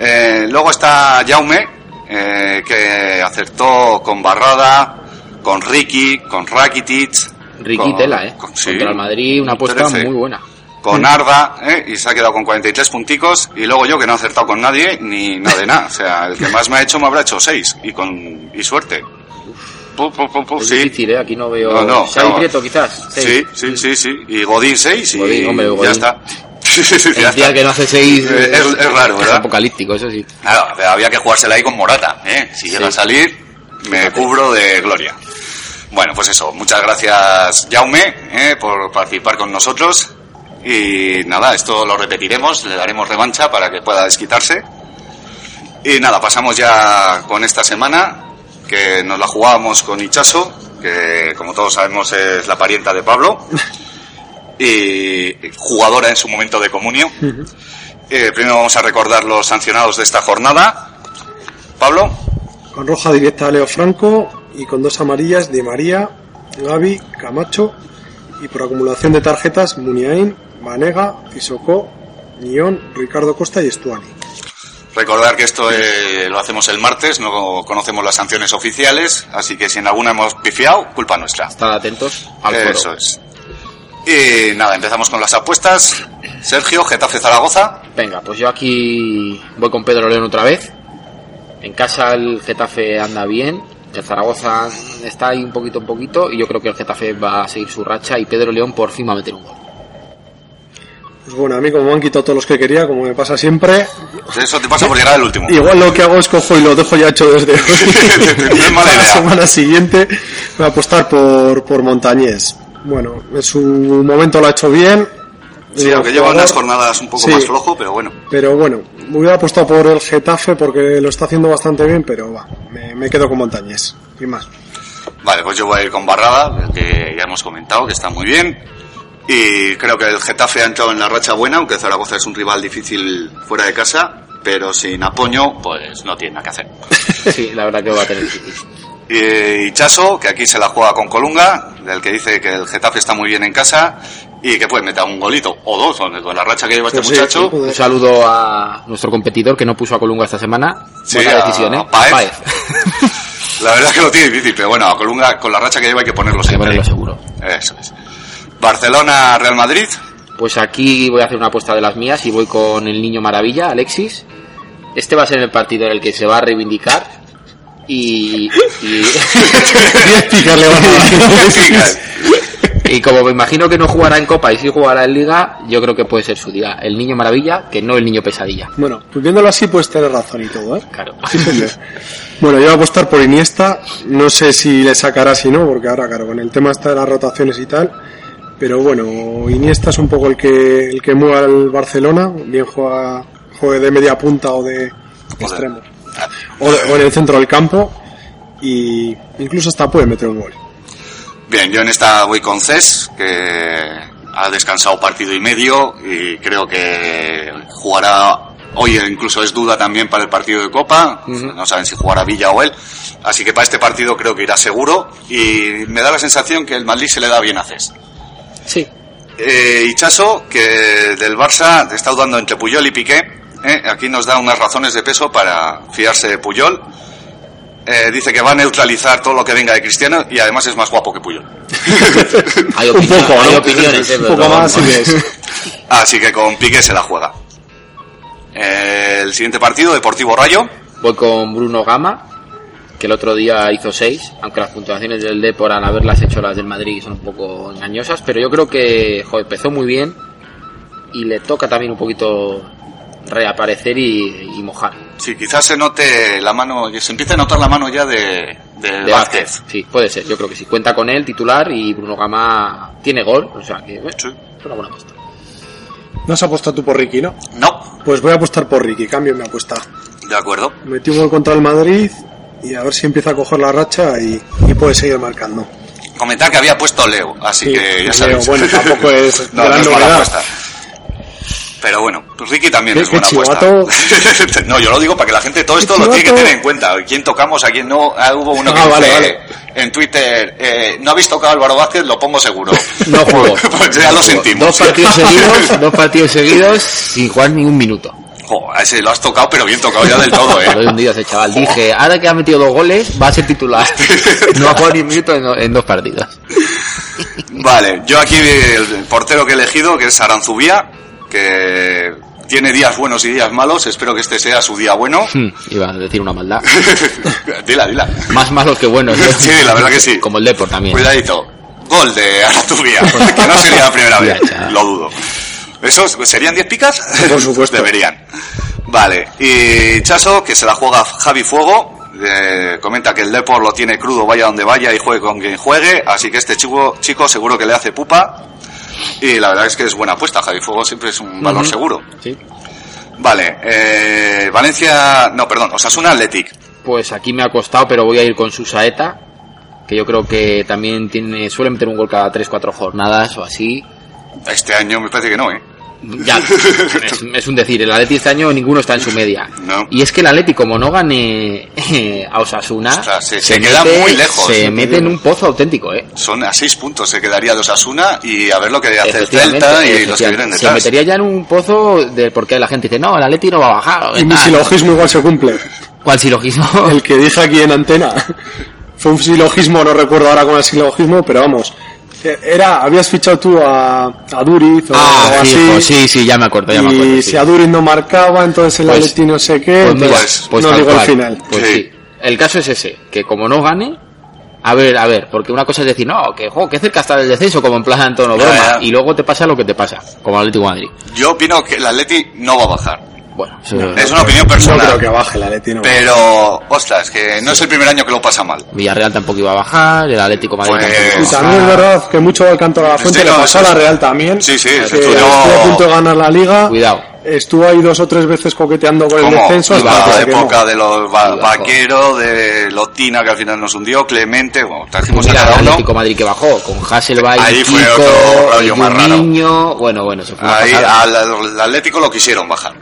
C: Eh, luego está Jaume, eh, que acertó con Barrada, con Ricky, con Rakitic.
A: Ricky
C: con-
A: Tela, ¿eh?
C: con- sí,
A: Contra el Madrid, una apuesta
C: 13.
A: muy buena.
C: Con Arda, ¿eh? y se ha quedado con 43 punticos, y luego yo que no he acertado con nadie, ni nada de nada. O sea, el que más me ha hecho me habrá hecho 6, y con y suerte. Pu, pu, pu, pu,
A: Es
C: Oh, sí.
A: difícil, ¿eh? Aquí no veo...
C: No, no,
A: Xavi
C: vamos.
A: Prieto, quizás.
C: Sí, sí, sí, sí. Y Godín 6 y
A: Godín, hombre, Godín.
C: ya está. Ya
A: El día
C: está.
A: que no hace seis...
C: Eh, es- es raro, ¿verdad?
A: apocalíptico, eso sí.
C: Nada, pero había que jugársela ahí con Morata. ¿eh? Si llega a salir, me cubro de gloria. Bueno, pues eso. Muchas gracias, Jaume, ¿eh? por participar con nosotros. Y nada, esto lo repetiremos, le daremos revancha para que pueda desquitarse. Y nada, pasamos ya con esta semana, que nos la jugábamos con Ichaso, que como todos sabemos es la parienta de Pablo, y jugadora en su momento de comunio. Eh, primero vamos a recordar los sancionados de esta jornada. Pablo,
B: Con roja directa Leo Franco y con dos amarillas de María, Gaby, Camacho y por acumulación de tarjetas Muniain, Vanega, Isoko, Nión, Ricardo Costa y Estuani.
C: recordar que esto eh, lo hacemos el martes, no conocemos las sanciones oficiales, así que si en alguna hemos pifiado, culpa nuestra.
A: Están atentos al foro.
C: Eso es. Y nada, empezamos con las apuestas. Sergio, Getafe Zaragoza.
A: Venga, pues yo aquí voy con Pedro León otra vez. En casa el Getafe anda bien. El Zaragoza está ahí un poquito en poquito y yo creo que el Getafe va a seguir su racha y Pedro León por fin va a meter un gol.
B: Pues bueno, a mí como me han quitado todos los que quería, como me pasa siempre,
C: Eso te pasa porque era el último.
B: igual lo que hago es cojo y lo dejo ya hecho desde hoy.
C: No es mala
B: Para la
C: idea.
B: semana siguiente voy a apostar por, por Montañés. Bueno, en su momento lo ha hecho bien.
C: Sí,
B: Eh,
C: aunque lleva
B: jugador,
C: unas jornadas un poco
B: Sí.
C: más flojo, pero bueno.
B: Pero bueno, hubiera apostado por el Getafe porque lo está haciendo bastante bien, pero va, me, me quedo con Montañés. Sin más.
C: Vale, pues yo voy a ir con Barrada, que ya hemos comentado que está muy bien. Y creo que el Getafe ha entrado en la racha buena, aunque Zaragoza es un rival difícil fuera de casa, pero sin apoyo, pues no tiene nada que hacer.
A: Sí, la verdad que va a tener difícil.
C: Y Chaso, que aquí se la juega con Colunga, del que dice que el Getafe está muy bien en casa y que puede meter un golito o dos con la racha que lleva
B: Pues
C: este
B: sí,
C: muchacho.
B: sí,
A: Un saludo a nuestro competidor que no puso a Colunga esta semana.
C: Sí,
A: Buena
C: a
A: decisión, ¿eh?
C: Páez.
A: A Páez.
C: La verdad es que lo tiene difícil, pero bueno, a Colunga con la racha que lleva hay que ponerlo
A: Hay que
C: siempre.
A: ponerlo seguro.
C: Eso es. Barcelona, Real Madrid.
A: Pues aquí voy a hacer una apuesta de las mías y voy con el niño maravilla, Alexis. Este va a ser el partido en el que se va a reivindicar. Y, y,
B: Diez picas le van a dar.
A: y como me imagino que no jugará en Copa y sí jugará en Liga, yo creo que puede ser su día. El niño maravilla, que no el niño pesadilla.
B: Bueno, pues viéndolo así puedes tener razón y todo, ¿eh?
A: Claro.
B: Sí, señor. Bueno, yo voy a apostar por Iniesta. No sé si le sacará si no, porque ahora, claro, con el tema está de las rotaciones y tal. Pero bueno, Iniesta es un poco el que el que mueve al Barcelona. Bien juega, juegue de media punta o de extremo. O, de- o en el centro del campo. Y incluso hasta puede meter un gol.
C: Bien, yo en esta voy con Cés, que ha descansado partido y medio y creo que jugará hoy, incluso es duda también para el partido de Copa, no saben si jugará Villa o él, así que para este partido creo que irá seguro y me da la sensación que el Madrid se le da bien a Cés.
A: Sí.
C: Eh, Hichaso, que del Barça está dudando entre Puyol y Piqué. ¿eh? Aquí nos da unas razones de peso para fiarse de Puyol. Eh, dice que va a neutralizar todo lo que venga de Cristiano y además es más guapo que Puyol.
A: Hay opiniones.
B: poco,
A: hay
B: ¿no?
A: opiniones eh,
B: Un
A: pero
B: poco
A: no,
B: más
A: no.
B: sí que es.
C: Así que con Piqué se la juega. Eh, el siguiente partido, Deportivo Rayo.
A: Voy con Bruno Gama, que el otro día hizo 6, aunque las puntuaciones del Depor al haberlas hecho las del Madrid son un poco engañosas, pero yo creo que jo, empezó muy bien y le toca también un poquito reaparecer y, y mojar.
C: Sí, quizás se note la mano, se empieza a notar la mano ya de, de
A: De
C: Vázquez.
A: Sí, puede ser, yo creo que sí. Cuenta con él, titular, y Bruno Gama tiene gol, o sea que eh,
C: Sí.
A: es una buena apuesta.
B: No has apostado tú por Ricky, ¿no?
C: No,
B: Pues voy a apostar por Ricky, cambio mi apuesta.
C: de acuerdo.
B: Metió un gol contra el Madrid y a ver si empieza a coger la racha y, y puede seguir marcando.
C: Comentar que había puesto Leo, así
B: Sí,
C: que ya
B: Leo,
C: sabéis.
B: bueno, tampoco es
C: no, no
B: gran
C: es mala
B: novedad.
C: apuesta. Pero bueno, pues Ricky también
B: Qué-
C: es buena
B: qué
C: apuesta. no, yo lo digo para que la gente todo esto lo tiene que
B: chivato.
C: tener en cuenta. Quién tocamos, a quién no. Ah, hubo uno que
B: Ah, vale,
C: dice
B: vale.
C: en Twitter, eh, no habéis tocado a Álvaro Vázquez, lo pongo seguro.
A: No jugó.
C: pues ya lo sentimos.
A: Dos partidos seguidos, dos partidos seguidos sin jugar ni un minuto.
C: Jo, a ese lo has tocado, pero bien tocado ya del todo,
A: Lo he
C: ¿eh?
A: hundido a ese chaval. Dije, ahora que ha metido dos goles, va a ser titular. No ha jugado ni un minuto en, en dos partidos.
C: Vale, yo aquí el portero que he elegido, que es Aranzubía, que tiene días buenos y días malos. Espero que este sea su día bueno.
A: Hmm, Iba a decir una maldad.
C: dila, dila.
A: Más malos que buenos. ¿eh?
C: Sí, la verdad que sí.
A: Como el Depor también.
C: Cuidadito. Gol de Aratubia, que no sería la primera vez,
A: Ya, ya.
C: lo dudo. ¿Esos serían 10 picas?
B: Por supuesto.
C: Deberían. Vale, y Chaso, que se la juega Javi Fuego, eh, comenta que el Depor lo tiene crudo, vaya donde vaya y juegue con quien juegue, así que este chico, chico seguro que le hace pupa. Y la verdad es que es buena apuesta, Javi Fuego siempre es un valor seguro.
A: Sí.
C: Vale, eh, Valencia, no, perdón, Osasuna Athletic.
A: Pues aquí me ha costado, pero voy a ir con Susaeta, que yo creo que también tiene suele meter un gol cada 3-4 jornadas o así.
C: Este año me parece que no, ¿eh?
A: Ya, es, es un decir, el Atleti este año ninguno está en su media.
C: No.
A: Y es que el Atleti, como no gane eh, a Osasuna,
C: Ostras, se- se queda muy lejos.
A: Se mete en un pozo auténtico, ¿eh?
C: Son a seis puntos, se quedaría de Osasuna y a ver lo que hace el
A: Efectivamente,
C: Celta y
A: efectivamente.
C: los que vienen
A: Se
C: detrás.
A: metería ya en un pozo de porque la gente dice, no, el Atleti no va a bajar.
B: Y mi
A: tal".
B: silogismo igual se cumple.
A: ¿Cuál silogismo?
B: El que dije aquí en antena. Fue un silogismo, no recuerdo ahora con el silogismo, pero vamos. Eh, Era, habías fichado tú a, a Duriz o
A: Ah,
B: algo
A: sí,
B: así.
A: pues sí, sí, ya me acuerdo, ya me acuerdo.
B: y
A: sí.
B: si a Duriz no marcaba, entonces el
A: Pues-
B: Atleti no sé qué.
A: Pues mira,
B: entonces
A: pues
B: no
A: tal
B: digo al
A: cual.
B: final.
A: Pues
C: Sí.
A: sí. el caso es ese, que como no gane, a ver, a ver, porque una cosa es decir, no, que, jo, que cerca está del descenso, como en plan tono
C: Ya,
A: broma,
C: ya.
A: y luego te pasa lo que te pasa, como Atlético de Madrid.
C: Yo opino que el Atleti no va a bajar.
A: Bueno, eso
C: Es una opinión personal.
B: No creo que baje la Leti, no.
C: Pero, ostras, que no es el primer año que lo pasa mal.
A: Villarreal tampoco iba a bajar, el Atlético de Madrid
C: Pues-
A: tampoco
B: Y
A: iba a
B: también es
A: bajar.
B: verdad que mucho al canto de la fuente
C: Sí,
B: le
C: no,
B: pasó a
C: sí,
B: la
C: sí.
B: Real también.
C: Sí, sí,
B: que
C: se estudió-
B: estuvo a punto de ganar la liga.
A: Cuidado.
B: Estuvo ahí dos o tres veces coqueteando con el
C: ¿Cómo?
B: descenso. hasta
C: Iba
B: que
C: la
B: se quemó.
C: época de los va-
A: Iba,
C: vaqueros, de Lotina que al final nos hundió, Clemente, bueno, trajimos a
A: Mira,
C: cada
A: Pues el
C: uno.
A: Atlético de Madrid que bajó, con Hasselbein,
C: Ahí fue
A: Kiko,
C: otro rollo más raro.
A: niño, bueno, bueno, eso fue una
C: Ahí ah,
A: pasada.
C: al, al Atlético lo quisieron bajar.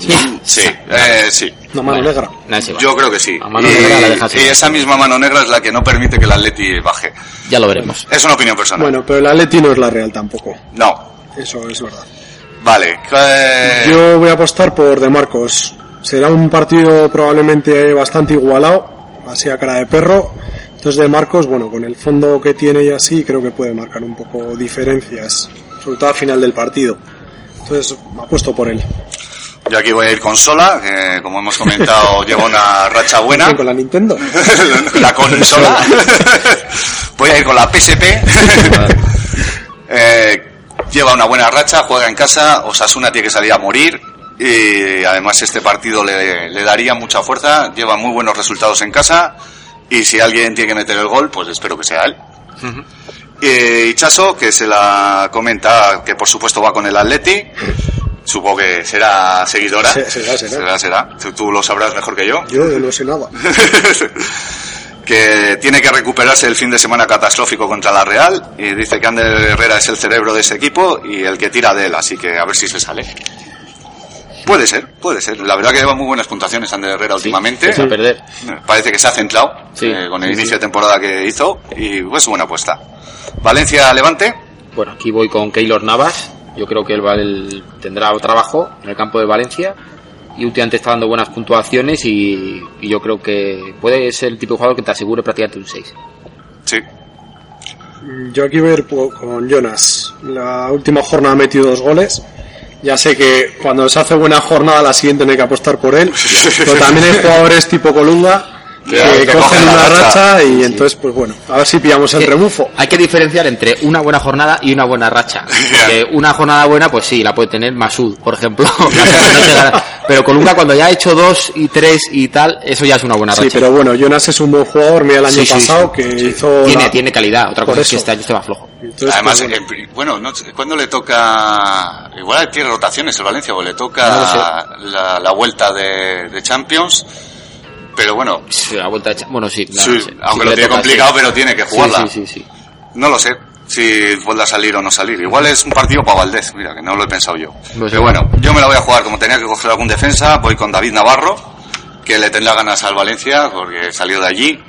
A: Sí.
C: Sí, eh, sí.
B: No, mano
A: Bueno,
B: negra.
A: nadie se va.
C: Yo creo que sí.
A: A mano
C: y,
A: negra la dejas
C: y
A: ir.
C: esa misma mano negra es la que no permite que el Atleti baje.
A: Ya lo veremos.
C: Es una opinión personal.
B: Bueno, pero la Leti no es la Real tampoco.
C: No.
B: Eso es verdad.
C: Vale. eh,
B: Yo voy a apostar por De Marcos. Será un partido probablemente bastante igualado, así a cara de perro. Entonces De Marcos, bueno, con el fondo que tiene y así, creo que puede marcar un poco diferencias, sobre todo al final del partido. Entonces, me apuesto por él.
C: Yo aquí voy a ir con Sola, que como hemos comentado lleva una racha buena.
B: Con la Nintendo.
C: la consola. Voy a ir con la PSP. Eh, lleva una buena racha, juega en casa. Osasuna tiene que salir a morir. Y además este partido le, le daría mucha fuerza. Lleva muy buenos resultados en casa. Y si alguien tiene que meter el gol, pues espero que sea él. Eh, Chaso, que se la comenta, que por supuesto va con el Atleti. Supongo que será seguidora.
B: Se- será, será.
C: será, será. Tú, tú lo sabrás mejor que yo
B: Yo no sé nada.
C: que tiene que recuperarse el fin de semana catastrófico contra la Real y dice que Ander Herrera es el cerebro de ese equipo y el que tira de él, así que a ver si se sale. Puede ser, puede ser. La verdad que lleva muy buenas puntuaciones Ander Herrera últimamente. Eh,
A: Se va a perder.
C: Parece que se ha centrado
A: Sí.
C: eh, con el inicio de temporada que hizo y es buena apuesta. Valencia Levante,
A: Bueno, aquí voy con Keylor Navas. Yo creo que él, va- él tendrá trabajo en el campo de Valencia. Y últimamente está dando buenas puntuaciones y, y yo creo que puede ser el tipo de jugador que te asegure prácticamente un 6.
C: sí.
B: Mm, Yo aquí voy a ir po- con Jonas. La última jornada ha metido dos goles. Ya sé que cuando se hace buena jornada la siguiente no hay que apostar por él. Pero también hay jugadores tipo Colunga que,
C: Que
B: cogen,
C: cogen la
B: una
C: racha.
B: racha, y entonces, pues bueno, a ver si pillamos el
A: Que
B: rebufo.
A: Hay que diferenciar entre una buena jornada y una buena racha. Porque una jornada buena, pues sí, la puede tener Masud, por ejemplo. No te gana. pero Colunga cuando ya ha hecho dos y tres y tal, eso ya es una buena
B: Sí,
A: racha.
B: pero bueno, Jonas es un buen jugador. Mira el año
A: Sí, sí,
B: pasado
A: sí,
B: que
A: sí.
B: hizo.
A: tiene, eh,
B: la-
A: tiene calidad. Otra
B: Por
A: cosa es que
B: eso.
A: este año estaba flojo.
B: Entonces,
C: Además,
B: pues, bueno,
C: en pri- bueno, no sé, ¿cuándo le toca? Igual tiene rotaciones el Valencia, o le toca la, la vuelta de, de Champions. Pero bueno,
A: Sí, la vuelta de cha- Bueno, sí. la-
C: Sí,
A: sí, sí
C: aunque
A: que eh,
C: lo
A: le
C: tiene
A: toca,
C: complicado,
A: sí.
C: pero tiene que
A: Sí,
C: jugarla.
A: Sí, sí, sí.
C: No lo sé si vuelva a salir o no salir. Igual es un partido para Valdés, mira, que no lo he pensado yo.
A: Pues
C: pero
A: sí.
C: bueno, yo me la voy a jugar. Como tenía que coger algún defensa, voy con David Navarro, que le tendrá ganas al Valencia, porque salió de allí.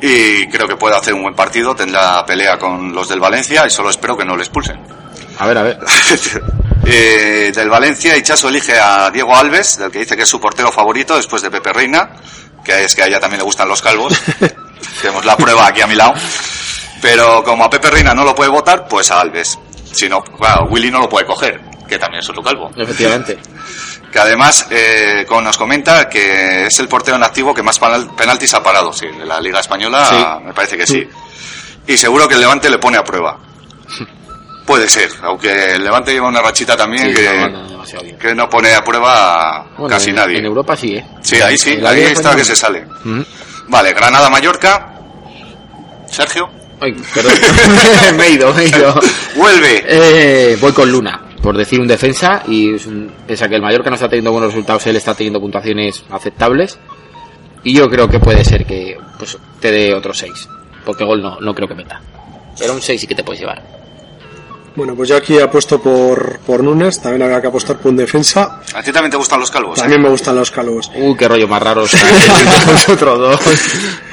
C: Y creo que puede hacer un buen partido, tendrá pelea con los del Valencia y solo espero que no le expulsen.
A: A ver, a ver.
C: Eh, del Valencia, Chaso elige a Diego Alves, del que dice que es su portero favorito después de Pepe Reina, que es que a ella también le gustan los calvos. Tenemos la prueba aquí a mi lado. Pero como a Pepe Reina no lo puede votar, pues a Alves. Si no, claro, Willy no lo puede coger, que también es otro calvo.
A: Efectivamente.
C: Que además, eh, como nos comenta, que es el portero en activo que más penal- penaltis ha parado, sí, de la Liga Española,
A: Sí.
C: me parece que sí. Y seguro que el Levante le pone a prueba. Puede ser, aunque el Levante lleva una rachita también
A: Sí, no, no,
C: que,
A: demasiado bien.
C: que no pone a prueba a
A: Bueno,
C: casi
A: en-
C: nadie.
A: En Europa sí, ¿eh?
C: Sí, ahí sí,
A: El
C: ahí
A: Alavés
C: está
A: español.
C: que se sale.
A: Ujú.
C: Vale, Granada-Mallorca. Sergio.
A: Ay, perdón. me he ido, me he ido.
C: Vuelve.
A: Eh, voy con Luna, por decir un defensa, y es un- pese a que el Mallorca no está teniendo buenos resultados, él está teniendo puntuaciones aceptables. Y yo creo que puede ser que pues, te dé otro 6, porque gol no, no creo que meta. Pero un 6 sí que te puedes llevar.
B: bueno, pues yo aquí apuesto por, por Nunes. También había que apostar por un defensa.
C: A ti también te gustan los calvos. ¿eh?
B: También me gustan los calvos.
A: Uy, qué rollo más raro. o sea, Nosotros dos.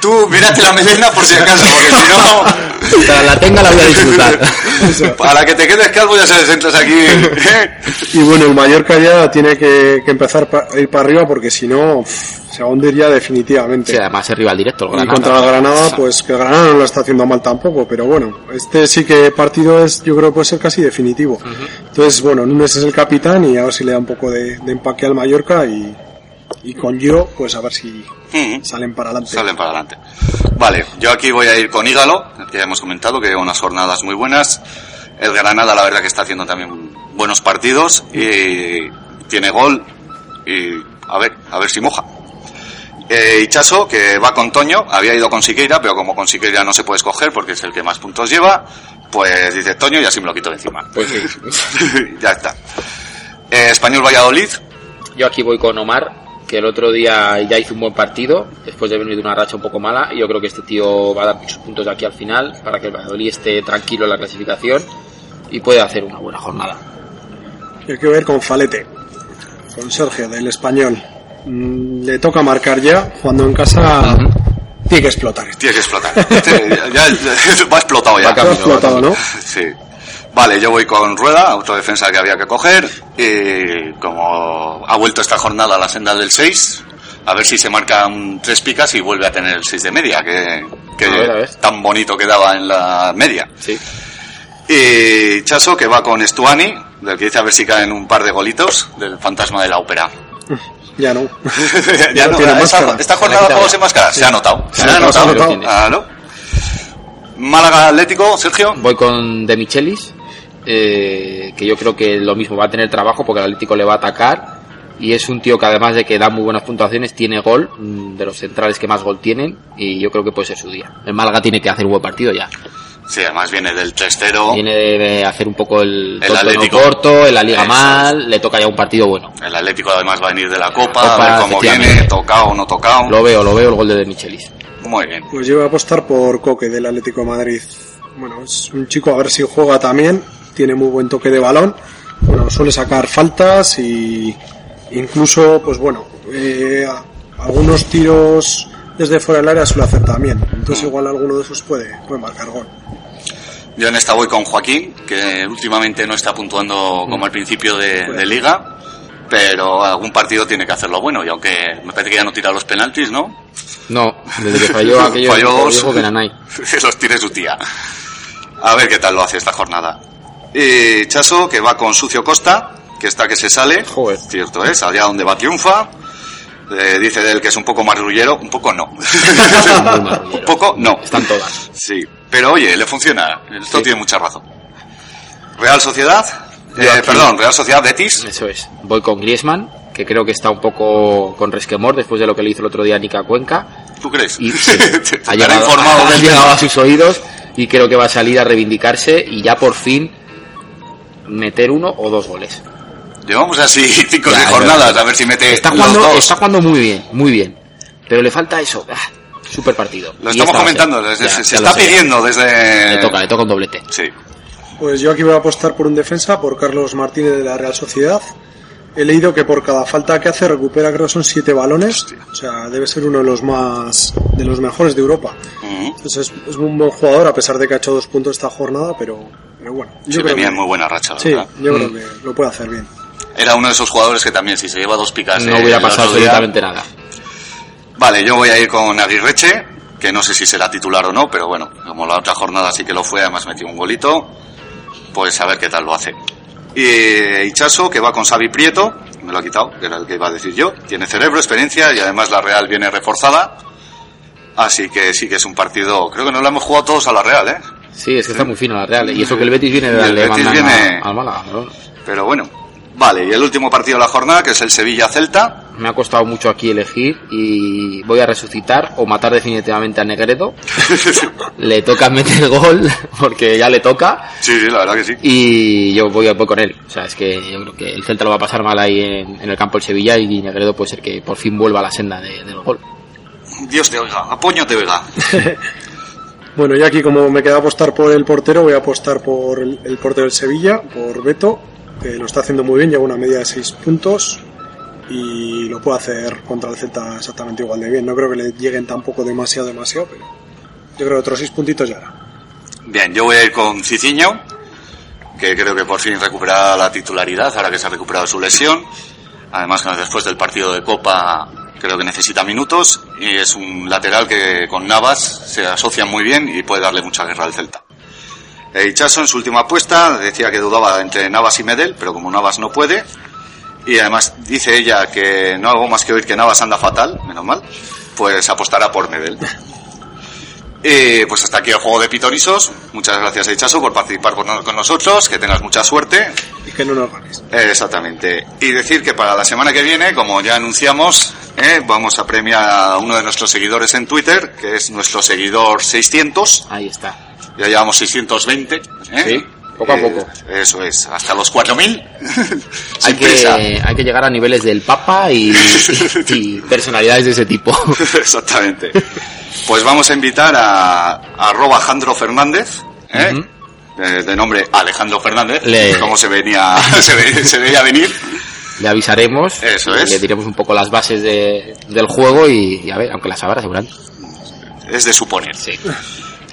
C: Tú, mírate la melena por si acaso, porque si no...
A: Mientras la tenga la voy a disfrutar.
C: Para que te quedes calvo ya sabes, entras aquí.
B: Y bueno, el Mallorca ya tiene que, que empezar pa- a ir para arriba porque si no, pff, se va a hundir ya definitivamente.
A: Sí, además es rival directo, el
B: y
A: Granada.
B: contra la Granada,
A: Sa-
B: pues que el Granada no lo está haciendo mal tampoco, pero bueno, este sí que partido es, yo creo que puede ser casi definitivo. Entonces, bueno, Núñez es el capitán y a ver si le da un poco de, de empaque al Mallorca y, Y con yo, pues a ver si
C: Mm.
B: salen para adelante.
C: Salen para adelante. Vale, yo aquí voy a ir con Hígalo, que ya hemos comentado que lleva unas jornadas muy buenas. El Granada, la verdad que está haciendo también buenos partidos y tiene gol y a ver, a ver si moja. Eh, Chaso, que va con Toño, había ido con Siqueira, pero como con Siqueira no se puede escoger porque es el que más puntos lleva, pues dice Toño y así me lo quito de encima.
A: Pues sí.
C: ya está. Eh, Español Valladolid,
A: Yo aquí voy con Omar, que el otro día ya hizo un buen partido, después de venir de una racha un poco mala, y yo creo que este tío va a dar muchos puntos de aquí al final, para que el Valladolid esté tranquilo en la clasificación y pueda hacer una buena jornada.
B: Yo quiero ver con Falete, con Sergio del español. Mm, Le toca marcar ya, cuando en casa tiene que explotar. esto.
C: Tiene que explotar. Este, ya, ya- va explotado ya.
A: Va camino,
B: Ha explotado, ¿no?
C: Sí. Vale, yo voy con Rueda, autodefensa que había que coger. Y como ha vuelto esta jornada a la senda del 6, a ver si se marcan tres picas y vuelve a tener el 6 de media, que, que
A: A ver, a ver.
C: tan bonito quedaba en la media.
A: Sí.
C: Y Chaso que va con Stuani, del que dice a ver si caen un par de golitos del fantasma de la ópera.
B: Ya no.
C: Ya
B: Ya
C: no,
B: tiene
C: esta,
B: máscara.
C: esta
A: Se la
C: jornada
A: quita
C: todos
A: ya.
C: sin máscara. Se ha notado. Se, ha
A: ha notado,
C: notado.
A: se lo tiene.
C: Claro. Málaga Atlético, Sergio.
A: Voy con De Michelis, eh, que yo creo que lo mismo va a tener trabajo porque el Atlético le va a atacar. Y es un tío que además de que da muy buenas puntuaciones, tiene gol, mm, de los centrales que más gol tienen, y yo creo que puede ser su día. El Málaga tiene que hacer buen partido ya.
C: Sí, además viene del 3-0.
A: Viene de hacer un poco el,
C: El
A: tonto
C: Atlético.
A: no corto, en la liga
C: Eso
A: mal, le toca ya un partido bueno.
C: El Atlético además va a venir de la Copa,
A: Copa,
C: a ver cómo
A: efectivamente.
C: viene, tocado o no tocado.
A: Lo veo, lo veo el gol de De Michelis.
C: Muy bien.
B: Pues yo voy a apostar por Coque del Atlético de Madrid. Bueno, es un chico a ver si juega también. Tiene muy buen toque de balón. Bueno, suele sacar faltas y incluso, pues bueno, eh, a- algunos tiros desde fuera del área suele hacer también. Entonces igual alguno de esos puede, puede marcar gol.
C: Yo en esta voy con Joaquín, que últimamente no está puntuando como al principio de, de liga, pero algún partido tiene que hacerlo bueno, y aunque me parece que ya no tira los penaltis, ¿no?
A: No, desde que falló aquello
C: Falló
A: falló,
C: dos.
A: que Nanay.
C: Que los tire su tía. A ver qué tal lo hace esta jornada. Eh, Chaso, que va con Sucio Costa, que está que se sale.
A: Joder.
C: Cierto es, allá donde va triunfa. Eh, dice de él que es un poco marrullero, un poco no.
A: Muy
C: un
A: marrullero.
C: poco no.
A: Están todas.
C: Sí, pero oye, le funciona. Esto tiene mucha razón. Real Sociedad, eh,
A: Yo aquí-
C: perdón, Real Sociedad Betis.
A: Eso es. Voy con Griezmann, que creo que está un poco con resquemor después de lo que le hizo el otro día Nica Cuenca.
C: ¿Tú crees?
A: Y
C: Te- te
A: ha
C: han
A: llegado,
C: informado
A: ha
C: del-
A: llegado a sus oídos y creo que va a salir a reivindicarse y ya por fin meter uno o dos goles.
C: Llevamos así cinco
A: Ya,
C: de
A: ya.
C: jornadas, a ver si mete
A: Está
C: los
A: jugando,
C: dos.
A: está jugando muy bien, muy bien. Pero le falta eso. Ah, super partido.
C: Lo
A: Y
C: estamos
A: esta va a ser.
C: comentando, desde-
A: Ya,
C: se, se
A: ya lo
C: está
A: sé.
C: pidiendo
A: Le
C: desde...
A: toca, le toca un doblete.
C: Sí.
B: Pues yo aquí voy a apostar por un defensa, por Carlos Martínez de la Real Sociedad. He leído que por cada falta que hace recupera creo que son siete balones, o sea, debe ser uno de los más de los mejores de Europa.
C: Ujú.
B: Entonces Pues es, es un buen jugador a pesar de que ha hecho dos puntos esta jornada, pero, pero bueno, yo
C: Sí,
B: creo
C: venía
B: que,
C: en muy buena racha, la
B: sí,
C: verdad.
B: yo creo que lo puede hacer bien.
C: Era uno de esos jugadores que también, si se lleva dos picas...
A: No
C: eh,
A: hubiera
C: el
A: pasado
C: otro día-
A: absolutamente nada.
C: Vale, yo voy a ir con Aguirreche, que no sé si será titular o no, pero bueno, como la otra jornada sí que lo fue, además metió un golito, pues a ver qué tal lo hace. Y Hichaso, que va con Xavi Prieto, me lo ha quitado, que era el que iba a decir yo, tiene cerebro, experiencia y además la Real viene reforzada, así que sí que es un partido, creo que no lo hemos jugado todos a la Real, ¿eh?
A: Sí, es que está muy fino la Real. ¿eh? Y eso que el Betis viene de
C: Y el
A: darle
C: Betis
A: banda
C: viene-
A: a- al Málaga. ¿no?
C: Pero bueno, vale, y el último partido de la jornada, que es el Sevilla-Celta,
A: Me ha costado mucho aquí elegir y voy a resucitar o matar definitivamente a Negredo. le toca meter gol porque ya le toca
C: sí, sí, la verdad que sí.
A: y yo voy, voy con él. O sea, es que yo creo que el Celta lo va a pasar mal ahí en, en el campo del Sevilla y Negredo puede ser que por fin vuelva a la senda de- del gol.
C: Dios te oiga, apoño te oiga.
B: Bueno, yo aquí como me queda apostar por el portero, voy a apostar por el, el portero del Sevilla, por Beto, que lo está haciendo muy bien, lleva una media de 6 puntos y lo puede hacer contra el Celta exactamente igual de bien. No creo que le lleguen tampoco demasiado, demasiado, pero yo creo que otros 6 puntitos ya hará.
C: Bien, yo voy a ir con Ciciño, que creo que por fin recuperará la titularidad ahora que se ha recuperado su lesión. Además, que después del partido de Copa creo que necesita minutos y es un lateral que con Navas se asocia muy bien y puede darle mucha guerra al Celta. Eh, Hichazo en su última apuesta decía que dudaba entre Navas y Medel, pero como Navas no puede, y además dice ella que no hago más que oír que Navas anda fatal, menos mal, pues apostará por Medel. Y pues hasta aquí el juego de pitonisos. Muchas gracias, Echazo, por participar con, con nosotros. Que tengas mucha suerte.
B: Y que no nos ganes.
C: Eh, Exactamente. Y decir que para la semana que viene, como ya anunciamos, eh, vamos a premiar a uno de nuestros seguidores en Twitter, que es nuestro seguidor 600.
A: Ahí está.
C: Ya llevamos 620. ¿eh?
A: Sí, poco a poco.
C: Eso es, hasta los 4000. Sin
A: Hay
C: prisa.
A: que, hay que llegar a niveles del Papa y, y personalidades de ese tipo.
C: Exactamente. Pues vamos a invitar a, a arroba Jandro Fernández, ¿eh? Eh, de nombre Alejandro Fernández,
A: Le-
C: como se venía, se, ve- se veía venir.
A: Le avisaremos,
C: Eso
A: y
C: es.
A: le diremos un poco las bases de- del juego y, y a ver, aunque las sabrá seguramente.
C: Es de suponer.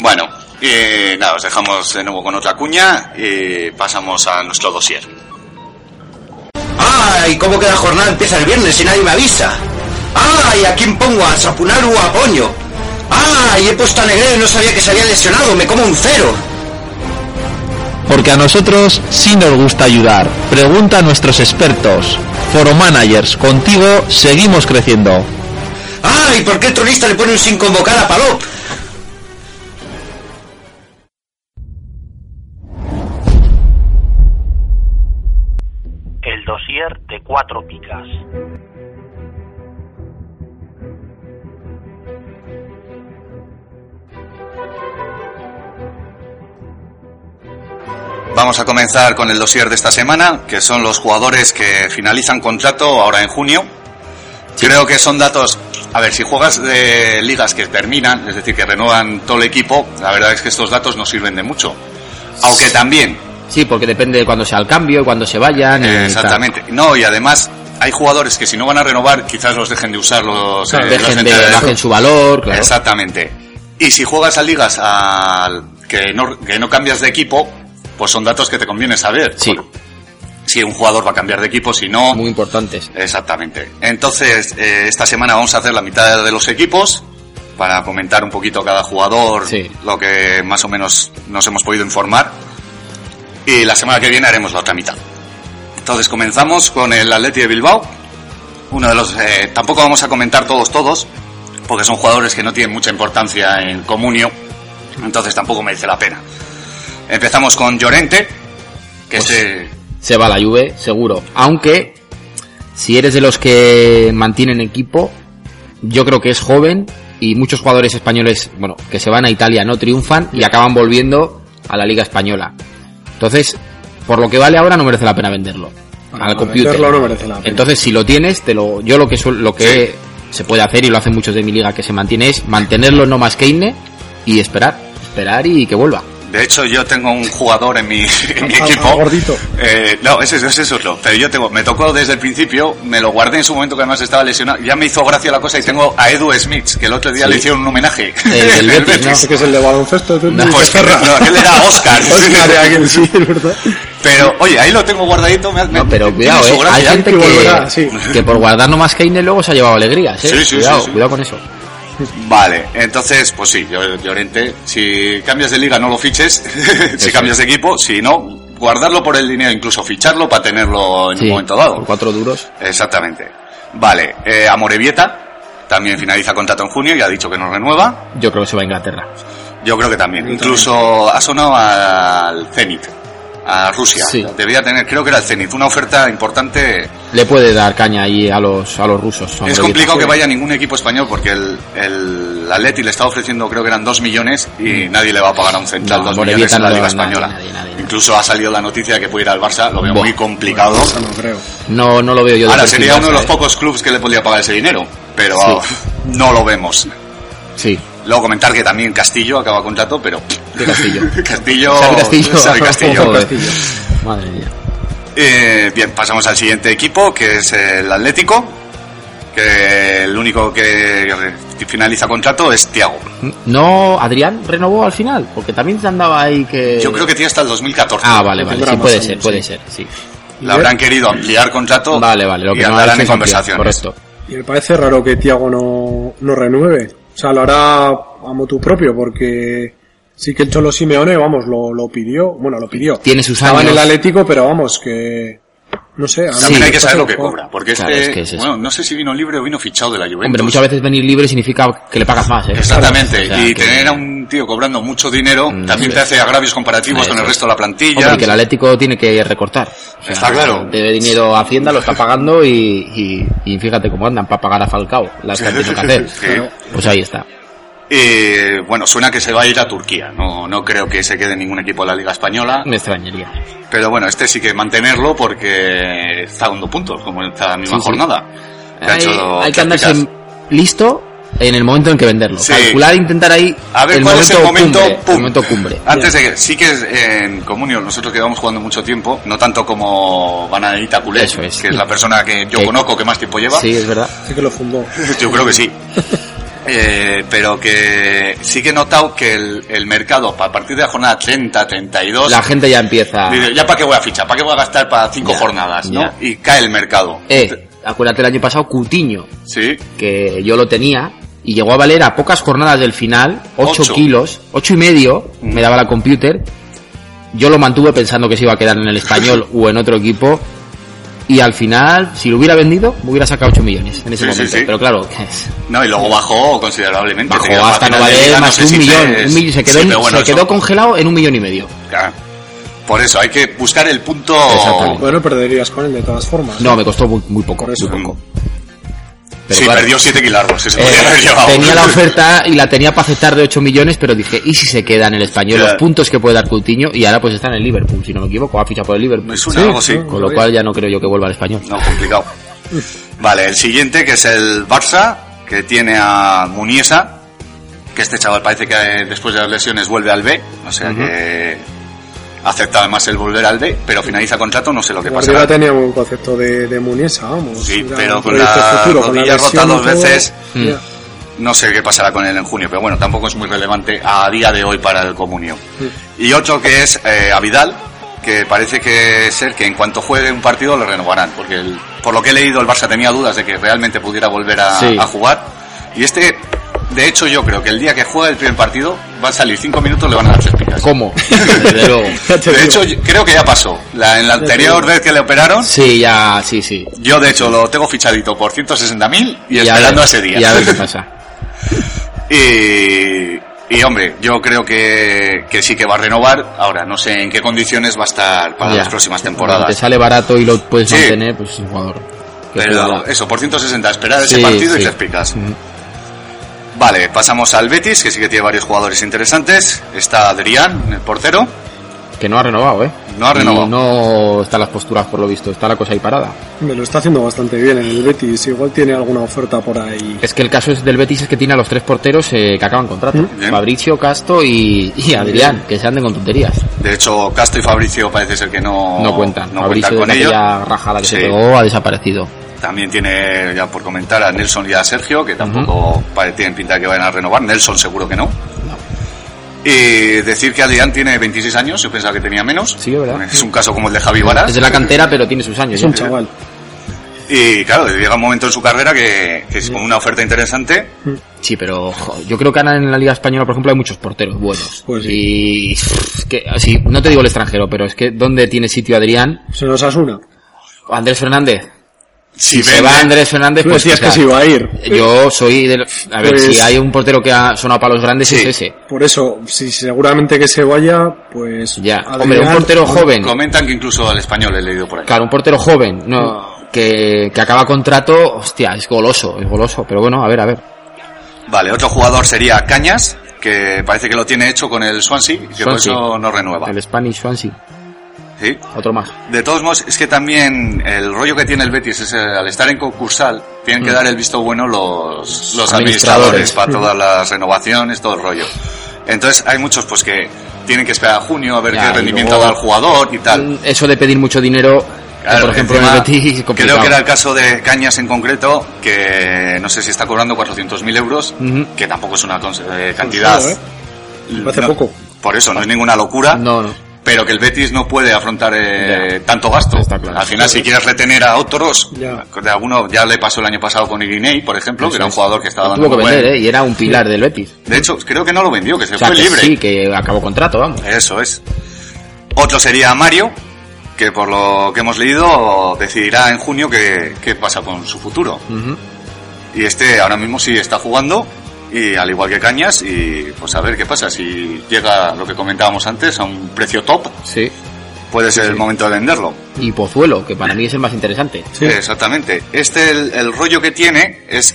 C: Bueno, eh, nada, os dejamos de nuevo con otra cuña y pasamos a nuestro dossier.
I: ¡Ay! ¿Cómo que la jornada empieza el viernes si nadie me avisa? ¡Ay! ¿A quién pongo? ¿A Sapunaru o a Poño? ¡Ay! He puesto a Negredo y no sabía que se había lesionado. ¡Me como un cero!
J: Porque a nosotros sí nos gusta ayudar. Pregunta a nuestros expertos. Foro Managers, contigo seguimos creciendo.
I: ¡Ay! ¿Por qué el tronista le pone un sin convocar a Palop?
K: El dossier de cuatro picas.
C: Vamos a comenzar con el dossier de esta semana, que son los jugadores que finalizan contrato ahora en junio. Creo que son datos. A ver, si juegas de ligas que terminan, es decir, que renuevan todo el equipo, la verdad es que estos datos no sirven de mucho. Aunque también,
A: Sí, porque depende de cuándo sea el cambio, cuándo se vayan. y tal.
C: Exactamente. No, y además hay jugadores que si no van a renovar, quizás los dejen de usar los... eh, las
A: Dejen de,
C: ventanas.
A: bajen su valor, claro.
C: Exactamente. Y si juegas a ligas al- que, no, que no cambias de equipo, pues son datos que te conviene saber. Sí. Si un jugador va a cambiar de equipo, si no... Muy
A: importantes.
C: Exactamente. Entonces, eh, esta semana vamos a hacer la mitad de los equipos para comentar un poquito cada jugador, lo que más o menos nos hemos podido informar. Y la semana que viene haremos la otra mitad. Entonces comenzamos con el Atleti de Bilbao. Uno de los eh, tampoco vamos a comentar todos todos, porque son jugadores que no tienen mucha importancia en comunio, entonces tampoco merece la pena. Empezamos con Llorente, que este-
A: Se va la Juve, seguro. Aunque, si eres de los que mantienen equipo, yo creo que es joven y muchos jugadores españoles, bueno, que se van a Italia no triunfan y acaban volviendo a la Liga Española. Entonces, por lo que vale ahora no merece la pena venderlo. al
B: no
A: computer.
B: venderlo no merece la pena.
A: Entonces, si lo tienes, te lo, yo lo que suel- lo que se puede hacer y lo hacen muchos de mi liga que se mantiene es mantenerlo no más que Inne y esperar, esperar y que vuelva.
C: de hecho yo tengo un jugador en mi, en mi
A: Ah,
B: Al- al
C: equipo.
B: gordito.
C: Eh, no, ese, es- ese es otro. Pero yo tengo, me tocó desde el principio, me lo guardé en su momento que además estaba lesionado. Ya me hizo gracia la cosa y tengo a Edu Smith, que el otro día
B: Sí.
C: le hicieron un homenaje.
A: Eh,
B: El
C: En el Betis.
B: que es el de baloncesto. el de
C: pues,
B: Ferra.
C: no, aquel era Óscar.
B: Óscar, era aquel, sí, es verdad.
C: Pero, oye, ahí lo tengo guardadito. Me, me-
A: Pero cuidado,
C: tiene su
A: eh, hay
C: gracia.
A: gente que, que por guardar no más que Inne luego se ha llevado alegrías, eh.
C: Sí, sí,
A: cuidado,
C: sí, sí.
A: cuidado con eso.
C: Vale, entonces, pues sí, Llo- Llorente, si cambias de liga no lo fiches, si cambias de equipo, si no, guardarlo por el dinero, incluso ficharlo para tenerlo en
A: Sí,
C: un momento dado.
A: por cuatro duros.
C: Exactamente. Vale, eh, Amorebieta también finaliza contrato en junio y ha dicho que no renueva.
A: Yo creo que se va a Inglaterra.
C: Yo creo que también. Incluso ha sonado al Zenit, a Rusia.
A: Sí.
C: Debía tener, creo que era el Zenit, una oferta importante
A: Le puede dar caña ahí a los, a los rusos. hombre,
C: Es
A: que-
C: complicado que vaya ningún equipo español porque el, el Atleti le está ofreciendo creo que eran 2 millones y nadie le va a pagar a un central
A: Mm. No,
C: 2
A: Borevita
C: millones en la
A: no,
C: Liga
A: nadie,
C: Española. Incluso ha salido la noticia de que puede ir al Barça, lo veo
A: Buah.
C: muy complicado.
A: No, no lo veo yo. de
C: Ahora,
A: perfil
C: sería uno de
A: Barça,
C: los
A: eh.
C: pocos clubes que le podría pagar ese dinero, pero
A: Sí.
C: ah, no lo vemos.
A: Sí.
C: Luego comentar que también Castillo acaba contrato, pero...
A: Castillo?
C: Castillo...
A: Xavi Castillo.
C: Xavi Castillo.
A: Joder. Madre mía.
C: Eh, bien, pasamos al siguiente equipo, que es el Atlético, que el único que re- finaliza contrato es Tiago.
A: No, Adrián renovó al final, porque también se andaba ahí que.
C: Yo creo que tiene hasta el 2014.
A: Eh, Ah, vale, vale, sí, puede ser, puede ser, sí.
C: Le habrán querido ampliar contrato
A: Vale, vale, lo
C: y
A: que no
C: andarán
A: ha hecho
C: en
A: es ampliar,
C: conversaciones.
A: Correcto.
B: Y me parece raro que Tiago no, no renueve. O sea, lo hará a motu propio, porque sí que el Cholo Simeone, vamos, lo, lo pidió. Bueno, lo pidió.
A: Tiene sus
B: Estaba en
A: años.
B: el Atlético, pero vamos, que No sé. ahora
C: También
B: mismo
C: hay que
B: está
C: saber lo
B: sin
C: que
B: jugar.
C: cobra, porque
A: Claro,
C: este,
A: es que es eso.
C: bueno, no sé si vino libre o vino fichado de la Juventus.
A: Hombre, muchas veces venir libre significa que le pagas más, ¿eh?
C: Exactamente,
A: O sea,
C: y
A: que- Mm,
C: tener a un tío cobrando mucho dinero también
A: sí.
C: te hace agravios comparativos
A: Eso
C: con el
A: es.
C: resto de la plantilla.
A: Hombre, que el Atlético tiene que recortar. O sea,
C: Está claro.
A: Debe dinero a Hacienda, lo está pagando y, y, y fíjate cómo andan para pagar a Falcao las que han tenido que hacer.
C: Sí.
A: Pues ahí está.
C: Eh, bueno, suena que se va a ir a Turquía. No, no creo que se quede ningún equipo de la Liga Española.
A: Me extrañaría.
C: Pero bueno, este sí que mantenerlo porque está dando puntos, como en esta misma
A: Sí, sí.
C: jornada. Te ha
A: Hay,
C: hecho
A: hay que
C: tres
A: andarse
C: picas.
A: listo en el momento en que venderlo.
C: Sí.
A: Calcular, intentar ahí
C: A ver
A: el,
C: cuál es
A: momento
C: el momento,
A: cumbre,
C: pum.
A: el momento cumbre.
C: Antes de que, sí que es, eh, en Comunio nosotros que llevamos jugando mucho tiempo, no tanto como Bananita Culé, que es la persona que yo
A: Que-
C: conozco que más tiempo lleva.
A: Sí, es verdad.
B: Sí que lo fundó.
C: Yo creo que sí. Eh, pero que sí que he notado que el, el mercado, pa- a partir de la jornada 30, 32,
A: La gente ya empieza.
C: dice, ya para qué voy a fichar, para qué voy a gastar para cinco jornadas, ¿no?
A: Ah. ya.
C: Y cae el mercado.
A: Eh, acuérdate el año pasado, Cutiño,
C: Sí.
A: que yo lo tenía y llegó a valer a pocas jornadas del final, 8
C: Ocho.
A: kilos, ocho y medio, me daba la computer. Yo lo mantuve pensando que se iba a quedar en el español o en otro equipo. Y al final, si lo hubiera vendido, me hubiera sacado 8 millones en ese
C: Sí, sí,
A: momento.
C: sí.
A: Pero claro, que
C: No, y luego bajó considerablemente.
A: bajó
C: Te quedas
A: hasta
C: a
A: no
C: final de
A: valer
C: liga, no
A: más
C: sé
A: de un
C: si
A: millón.
C: tres.
A: Un millón, se quedó,
C: Sí,
A: en-
C: pero bueno,
A: se
C: eso-
A: quedó congelado en un millón y medio.
C: Ya. Por eso, hay que buscar el punto...
B: Bueno, perderías con él de todas formas.
A: No, me costó muy, muy poco. muy poco. Pero
C: sí,
A: claro.
C: perdió 7 kilos, que se
A: Eh,
C: podía haber llevado.
A: tenía la oferta y la tenía para aceptar de 8 millones, pero dije, ¿y si se queda en el español?
C: Claro.
A: Los puntos que puede dar Coutinho, y ahora pues está en el Liverpool, si no me equivoco, ha fichado por el Liverpool.
C: Me suena algo así.
A: Con lo cual ya no creo yo que vuelva al español.
C: No, complicado. Vale, el siguiente que es el Barça, que tiene a Muniesa, que este chaval parece que eh, después de las lesiones vuelve al B, o sea
B: Ujú.
C: que acepta además el volver al B, pero finaliza contrato, no sé lo que
B: Guardiola
C: pasará.
B: tenía un concepto de, de Muniesa, vamos.
C: Sí,
B: Era
C: pero
B: un
C: con
B: proyecto
C: la rodilla
B: lesión
C: rota
B: y
C: dos
B: todo.
C: veces.
B: Ya.
A: Hmm.
C: No sé qué pasará con él en junio, pero bueno, tampoco es muy relevante a día de hoy para el comunio. Y otro que es eh, a Vidal, que parece que ser que en cuanto juegue un partido lo renovarán, porque el- por lo que he leído el Barça tenía dudas de que realmente pudiera volver a,
A: Sí.
C: a jugar. Y este, de hecho yo creo que el día que juega el primer partido va a salir cinco minutos le van a dar tres picas.
A: ¿Cómo? Desde luego.
C: De hecho yo- creo que ya pasó. La, en la anterior vez que le operaron,
A: Sí, ya, sí, sí.
C: yo de hecho lo tengo fichadito por 160.000 y,
A: Ya
C: esperando
A: ver-
C: a ese día.
A: Ya a ver qué pasa.
C: Y, y, hombre, yo creo que, que sí que va a renovar. Ahora, no sé en qué condiciones va a estar para
A: Ya.
C: las próximas
A: Cuando te
C: temporadas.
A: sale barato y lo puedes
C: Sí.
A: mantener, pues es un jugador. que
C: Pero eh.
A: juega.
C: eso, por 160, esperar
A: Sí,
C: ese partido
A: sí.
C: y te explicas. Vale, pasamos al Betis, que sí que tiene varios jugadores interesantes. Está Adrián, el portero.
A: Que no ha renovado, ¿eh?
C: No ha renovado.
A: Y no están las posturas, por lo visto. Está la cosa ahí parada.
B: Me lo está haciendo bastante bien en el Betis. Igual tiene alguna oferta por ahí.
A: Es que el caso es del Betis es que tiene a los tres porteros eh, que acaban contrato.
C: Bien.
A: Fabricio, Casto y, y Adrián, que se anden con tonterías.
C: De hecho, Castro y Fabricio parece ser que no,
A: no cuentan.
C: no
A: Fabricio,
C: cuentan con
A: desde
C: ellos.
A: aquella rajada que se
C: Sí.
A: pegó, ha desaparecido.
C: También tiene, ya por comentar, a Nelson y a Sergio, que tampoco pare- tienen pinta de que vayan a renovar. Nelson seguro que no. Y decir que Adrián tiene 26 años, yo pensaba que tenía menos.
A: Sí, ¿verdad?
C: Es un caso como el de Javi Varas.
A: Es de la cantera, pero tiene sus años.
C: Es un
A: ya.
C: chaval. Y claro, llega un momento en su carrera que, que es con una oferta interesante.
A: Sí, pero jo, yo creo que ahora en la Liga Española, por ejemplo, hay muchos porteros buenos.
C: Pues
A: Y pff, que, así, no te digo el extranjero, pero es que ¿dónde tiene sitio Adrián?
B: Se nos asuna.
A: Andrés Fernández.
C: Si,
A: se
C: vende-
A: va Andrés Fernández,
B: Tú
A: pues
B: decías
A: quizá.
B: que se iba a ir.
A: Yo soy del... A ver,
B: Pues-
A: si hay un portero que ha sonado para los grandes es ese.
B: Por eso, si seguramente que se vaya, pues.
A: Ya,
B: Adrián-
A: hombre, un portero joven.
C: Comentan que incluso al español he leído por ahí.
A: Claro, un portero joven,
C: Mm.
A: no, que, que acaba contrato, hostia, es goloso, es goloso, pero bueno, a ver, a ver.
C: Vale, otro jugador sería Cañas, que parece que lo tiene hecho con el Swansea, y que por
A: Swansea.
C: eso no renueva.
A: El Spanish Swansea,
C: ¿Sí?
A: otro más.
C: De todos modos, es que también el rollo que tiene el Betis es eh, al estar en concursal, tienen que
A: Mm.
C: dar el visto bueno los,
A: Administradores. Mm.
C: los administradores para todas las renovaciones, todo el rollo. Entonces hay muchos pues que tienen que esperar a junio a ver
A: Ya,
C: qué
A: y
C: rendimiento
A: luego-
C: da el jugador y tal.
A: Mm, Eso de pedir mucho dinero,
C: Claro,
A: por ejemplo, en el
C: encima,
A: Betis, es complicado.
C: creo que era el caso de Cañas en concreto, que no sé si está cobrando 400.000 euros,
A: Ujú.
C: que tampoco es una cons- eh, cantidad.
B: claro, ¿eh?
C: No,
B: poco.
C: Por eso, no es ninguna locura.
A: No, no.
C: Pero que el Betis no puede afrontar eh, tanto gasto. Al final, si quieres retener a otros,
B: Ya.
C: de alguno ya le pasó el año pasado con Irinei, por ejemplo, que era un jugador que estaba dando
A: Tuvo que
C: muy
A: vender,
C: buen-
A: ¿eh? Y era un pilar del Betis.
C: De hecho, creo que no lo vendió, pues que se
A: O sea,
C: fue
A: que
C: libre.
A: sí, que acabó contrato, vamos.
C: Eso es. Otro sería Mario, que por lo que hemos leído decidirá en junio qué, qué pasa con su futuro.
A: Ujú.
C: Y este ahora mismo sí está jugando, y al igual que Cañas, y pues a ver qué pasa. Si llega lo que comentábamos antes a un precio top,
A: Sí.
C: puede ser el momento de venderlo.
A: Y Pozuelo, que para mí es el más interesante.
C: Exactamente. Este, el, el rollo que tiene es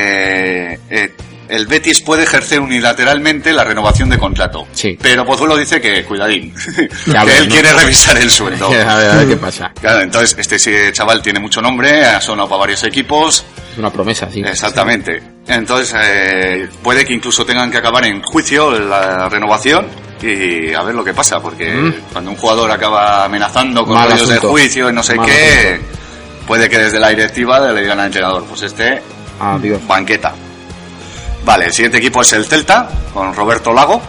C: que eh, el Betis puede ejercer unilateralmente la renovación de contrato.
A: Sí.
C: Pero Pozuelo dice que, cuidadín,
A: Ya
C: que
A: ves,
C: él
A: ¿no? pues,
C: quiere revisar el sueldo.
A: a ver, a
C: Mm.
A: ver qué pasa.
C: Claro, entonces este sí, chaval tiene mucho nombre, ha sonado para varios equipos.
A: Es una promesa, sí.
C: Exactamente. Entonces eh, puede que incluso tengan que acabar en juicio la renovación y a ver lo que pasa, porque
A: Mm.
C: cuando un jugador acaba amenazando con
A: Mal
C: rollos de
A: asunto.
C: juicio y no sé
A: Mal
C: qué, puede que desde la directiva le digan al entrenador, pues este, banqueta. Vale, el siguiente equipo es el Celta, con Roberto Lago,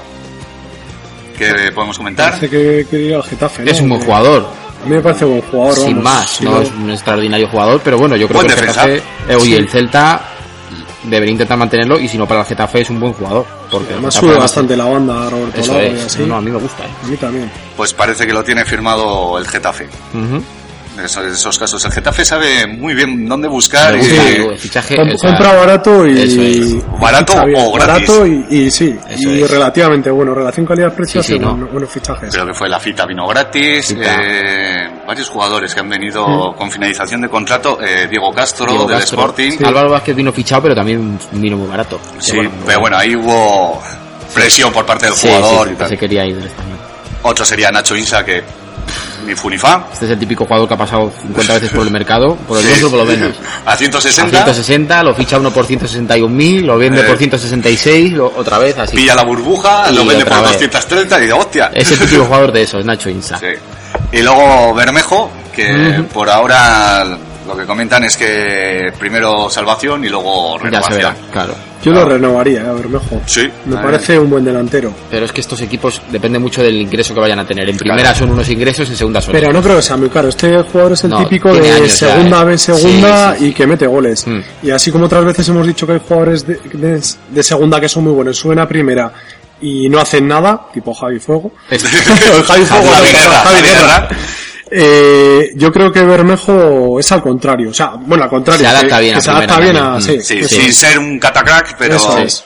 C: que podemos comentar.
B: Parece que, que diga el Getafe. ¿no?
A: Es un buen jugador.
B: A mí me parece buen jugador.
A: Sin
B: vamos,
A: más,
B: si
A: no es un extraordinario jugador, pero bueno, yo creo
C: Buen
A: que el
C: defensa.
A: Getafe eh, oye,
C: Sí.
A: el Celta debería intentar mantenerlo y si no para el Getafe es un buen jugador. Porque el
B: Además
A: Getafe
B: sube
A: va a-
B: bastante la banda Roberto
A: Eso
B: Lago y
A: es.
B: así.
A: No, no, a mí me gusta. eh.
B: A mí también.
C: Pues parece que lo tiene firmado el Getafe.
A: Ujú.
C: En esos, esos casos, el Getafe sabe muy bien dónde buscar.
A: Me gusta, digo, el
C: y,
A: fichaje,
B: Com-
A: o sea,
B: compra barato y.
A: eso es.
C: Barato
B: Está bien,
C: o gratis.
B: Barato y, y sí.
A: Eso
B: y
A: es.
B: relativamente bueno. Relación calidad-precio
A: Sí, sí,
B: hace
A: no.
B: buen- buenos fichajes.
C: Creo que fue la fita vino gratis.
A: Fita.
C: eh, varios jugadores que han venido con finalización de contrato. eh, Diego Castro
A: Diego
C: del
A: Castro.
C: Sporting.
A: Sí. Álvaro Vázquez vino fichado, pero también vino muy barato.
C: Sí, pero bueno, ahí hubo presión por parte del
A: Sí,
C: jugador.
A: sí,
C: y
A: sí,
C: tal.
A: se quería ir del español.
C: Otro sería Nacho Insa, que pff, ni Funifa.
A: Este es el típico jugador que ha pasado 50 veces por el mercado, por el
C: Sí.
A: nuestro por lo menos.
C: A
A: A
C: 160.
A: 160, lo ficha uno por 161.000, lo vende
C: Eh.
A: por 166, lo- otra vez así.
C: Pilla la burbuja,
A: Y
C: lo vende
A: otra
C: por
A: vez.
C: 230 y digo, hostia.
A: Es el típico jugador de esos, Nacho Insa.
C: Sí. Y luego Bermejo, que
A: Ujú.
C: por ahora lo que comentan es que primero salvación y luego
A: ya se verá,
C: renovación.
A: claro.
B: Yo lo renovaría, eh, a Bermejo.
C: Sí.
B: Me
C: Eh,
B: parece un buen delantero.
A: Pero es que estos equipos depende mucho del ingreso que vayan a tener. En primera son unos ingresos, en segunda son
B: Pero no creo que sea muy caro. Este jugador es el
A: No,
B: típico
A: tiene
B: de
A: años ya,
B: segunda
A: ¿eh?
B: vez segunda
A: Sí, sí, sí.
B: y que mete goles.
A: Mm.
B: Y así como otras veces hemos dicho que hay jugadores de, de- de segunda que son muy buenos, suben a primera y no hacen nada, tipo Javi Fuego.
A: Es-
B: Javi Fuego, Javi
C: Javi Guerra,
B: Javi
C: Javi
B: Guerra.
C: Guerra.
B: Eh, yo creo que Bermejo es al contrario, o sea, bueno, al contrario,
A: Se adapta
B: que-
A: bien
B: que
A: a
B: se adapta
A: primera
B: bien a,
A: también.
B: sí,
A: Mm,
C: Sí,
B: eso
C: sin
B: es,
C: ser un catacrack, pero
B: eso es.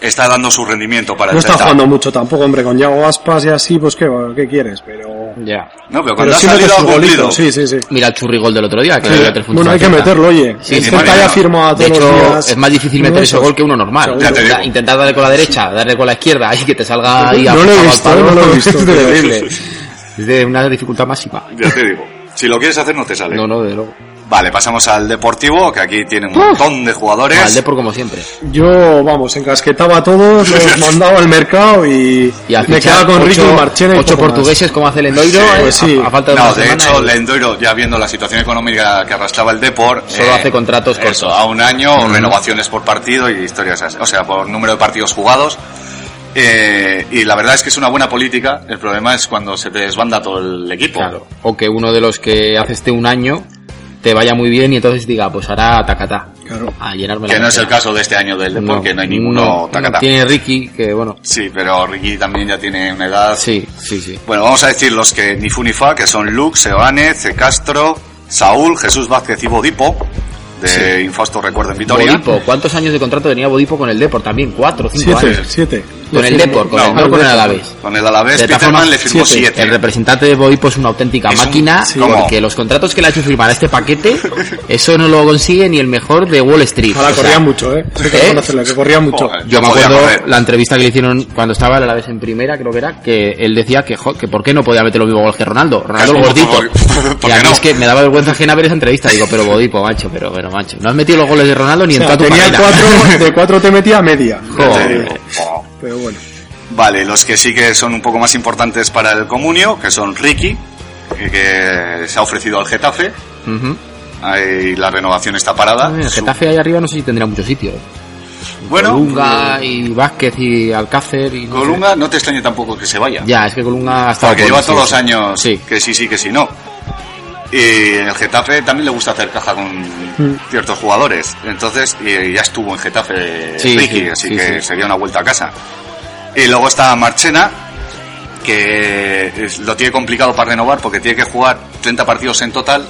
C: está dando su rendimiento para
B: No
C: el
B: está
C: Celta.
B: jugando mucho tampoco, hombre, con Yago Aspas y así, pues qué, qué quieres, pero...
A: Ya.
C: No, pero
B: Pero
C: cuando
B: sí
C: ha
B: mete
C: salido ha
B: sus
C: cumplido.
B: golitos, sí, sí, sí.
A: Mira el churrigol del otro día, que le dio tres puntos
B: Bueno, hay
A: al
B: que
A: Celta.
B: meterlo, oye.
A: Sí,
B: el
A: sí,
B: Celta
C: Mario,
B: ya
C: no.
B: firma todos
A: De
B: los
A: hecho,
B: días
A: es más difícil meter
B: uno de
A: eso
B: esos.
A: gol que uno normal.
C: Ya te digo.
A: Intentar, intentar darle con la derecha, darle con la izquierda y que te salga ahí
B: No
A: a
B: lo he
A: al
B: visto,
A: palo,
B: no lo he visto,
A: Es
B: pero-
A: terrible. Es de una dificultad máxima.
C: Ya te digo. Si lo quieres hacer, no te sale.
A: No, no, de luego.
C: Vale, pasamos al Deportivo, que aquí tiene un montón de jugadores.
A: Al por como siempre.
B: Yo, vamos, encasquetaba a todos, los mandaba al mercado y,
A: Y al
B: me
A: fichar
B: quedaba con
A: ocho-
B: Rico y Marchena y
A: Ocho
B: poco más.
A: portugueses como hace el Endoiro.
C: Sí,
B: pues sí.
A: a, a falta de
C: No,
A: una
C: de
A: semana,
C: hecho,
A: el-
C: Lendoiro, ya viendo la situación económica que arrastraba el Deport...
A: Solo hace contratos
C: eh, eso,
A: cortos.
C: A un año, renovaciones por partido y historias así. O sea, por número de partidos jugados. Eh, y la verdad es que es una buena política. El problema es cuando se te desbanda todo el equipo.
A: Claro. O que uno de los que hace este un año te vaya muy bien y entonces diga, pues ahora tacatá.
B: Claro.
A: A llenarme la
C: Que no es el
A: cartera.
C: caso de este año del Deport, que no hay
A: no,
C: ninguno
A: no.
C: tacata.
A: Tiene Ricky, que bueno.
C: Sí, pero Ricky también ya tiene una edad.
A: Sí, sí, sí.
C: Bueno, vamos a decir los que ni fu ni fa, que son Luke, Seoane, C. Castro, Saúl, Jesús Vázquez y Bodipo, de Infausto Recuerdo en Vitoria.
A: Bodipo, ¿cuántos años de contrato tenía Bodipo con el Depor también? ¿Cuatro, cinco
B: Siete,
A: años?
B: siete.
A: Con el Depor, con
C: No,
A: el, no con el
B: Depor.
A: Alavés.
C: Con el Alavés,
A: De todas
C: Peterman
A: formas,
C: le firmó
A: siete.
C: 7.
A: El representante de Bodipo es una auténtica
C: Es un-
A: máquina,
C: sí.
A: porque los contratos que le ha hecho firmar a este paquete, eso no lo consigue ni el mejor de Wall Street.
B: Ojalá
A: O sea,
B: corría mucho, eh. Eso hay que
A: ¿Eh?
B: reconocerle, que corría mucho.
C: Joder.
A: Yo me
C: Podía
A: acuerdo
C: correr.
A: la entrevista que le hicieron cuando estaba el Alavés en primera, creo que era, que él decía que, jo, que por qué no podía meter los mismos goles que Ronaldo, Ronaldo el
C: Claro,
A: gordito.
C: ¿por qué
A: Y a mí
C: no?
A: es que me daba vergüenza ajena ver esa entrevista, digo, pero Bodipo, macho, pero, pero macho, no has metido los goles de Ronaldo ni
B: O
A: en
B: sea,
A: toda tu
B: tenía
A: carrera.
B: cuatro, de cuatro te metía media.
A: Joder.
C: Oh.
B: Pero bueno.
C: Vale, los que sí que son un poco más importantes para el comunio, que son Ricky, que, que se ha ofrecido al Getafe,
A: Ujú.
C: ahí la renovación está parada.
A: Ah, El
C: Ah, Su-
A: Getafe ahí arriba no sé si tendrá mucho sitio. eh.
C: Bueno,
A: Colunga y Vázquez y Alcácer y... no sé.
C: Colunga no te extrañe tampoco que se vaya.
A: Ya, es que Colunga ha estado...
C: Porque
A: por-
C: lleva
A: sí,
C: todos los
A: sí.
C: años
A: Sí.
C: que sí, sí, que sí, no. Y el Getafe también le gusta hacer caja con
A: Mm.
C: ciertos jugadores. Entonces, y ya estuvo en Getafe
A: Sí,
C: Ricky,
A: sí,
C: así
A: sí,
C: que
A: sí.
C: sería una vuelta a casa. Y luego está Marchena, que es- lo tiene complicado para renovar porque tiene que jugar 30 partidos en total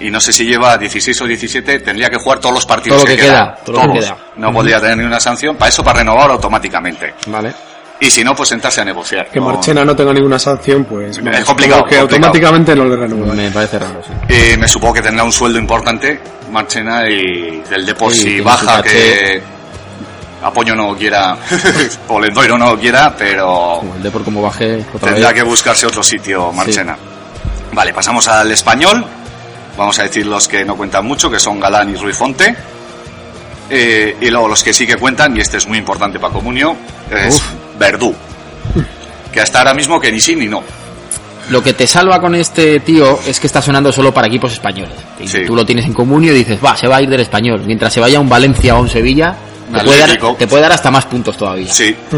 C: y no sé si lleva 16 o 17, tendría que jugar todos los partidos
A: Todo lo que
C: quedan,
A: queda, todo lo que
C: todos.
A: queda.
C: No
A: Ujú.
C: podría tener ni una sanción, para eso para renovar automáticamente.
A: Vale.
C: Y si no, pues sentarse a negociar.
B: Que
C: No-
B: Marchena no tenga ninguna sanción, pues.
C: Es complicado,
B: Que
C: complicado.
B: automáticamente no le renuevan.
A: Me parece raro, sí.
C: Eh, me supongo que tendrá un sueldo importante, Marchena, y del Depor
A: Sí,
C: si
A: tiene
C: baja,
A: su caché.
C: que Apoyo no quiera, o Lendoiro no quiera, pero
A: Como el Depor como baje otra
C: tendrá
A: vez.
C: que buscarse otro sitio, Marchena. Vale, pasamos al español. Vamos a decir los que no cuentan mucho, que son Galán y Ruiz Fonte. Eh, y luego los que sí que cuentan, y este es muy importante para Comunio, es Verdú. Que hasta ahora mismo que ni sí ni no.
A: Lo que te salva con este tío es que está sonando solo para equipos españoles. Y
C: Sí.
A: Tú lo tienes en comunio y dices, va, se va a ir del español. Mientras se vaya un Valencia o un Sevilla,
C: Un
A: te puede,
C: Atlético.
A: dar, te puede dar hasta más puntos todavía.
C: Sí.
B: Mm.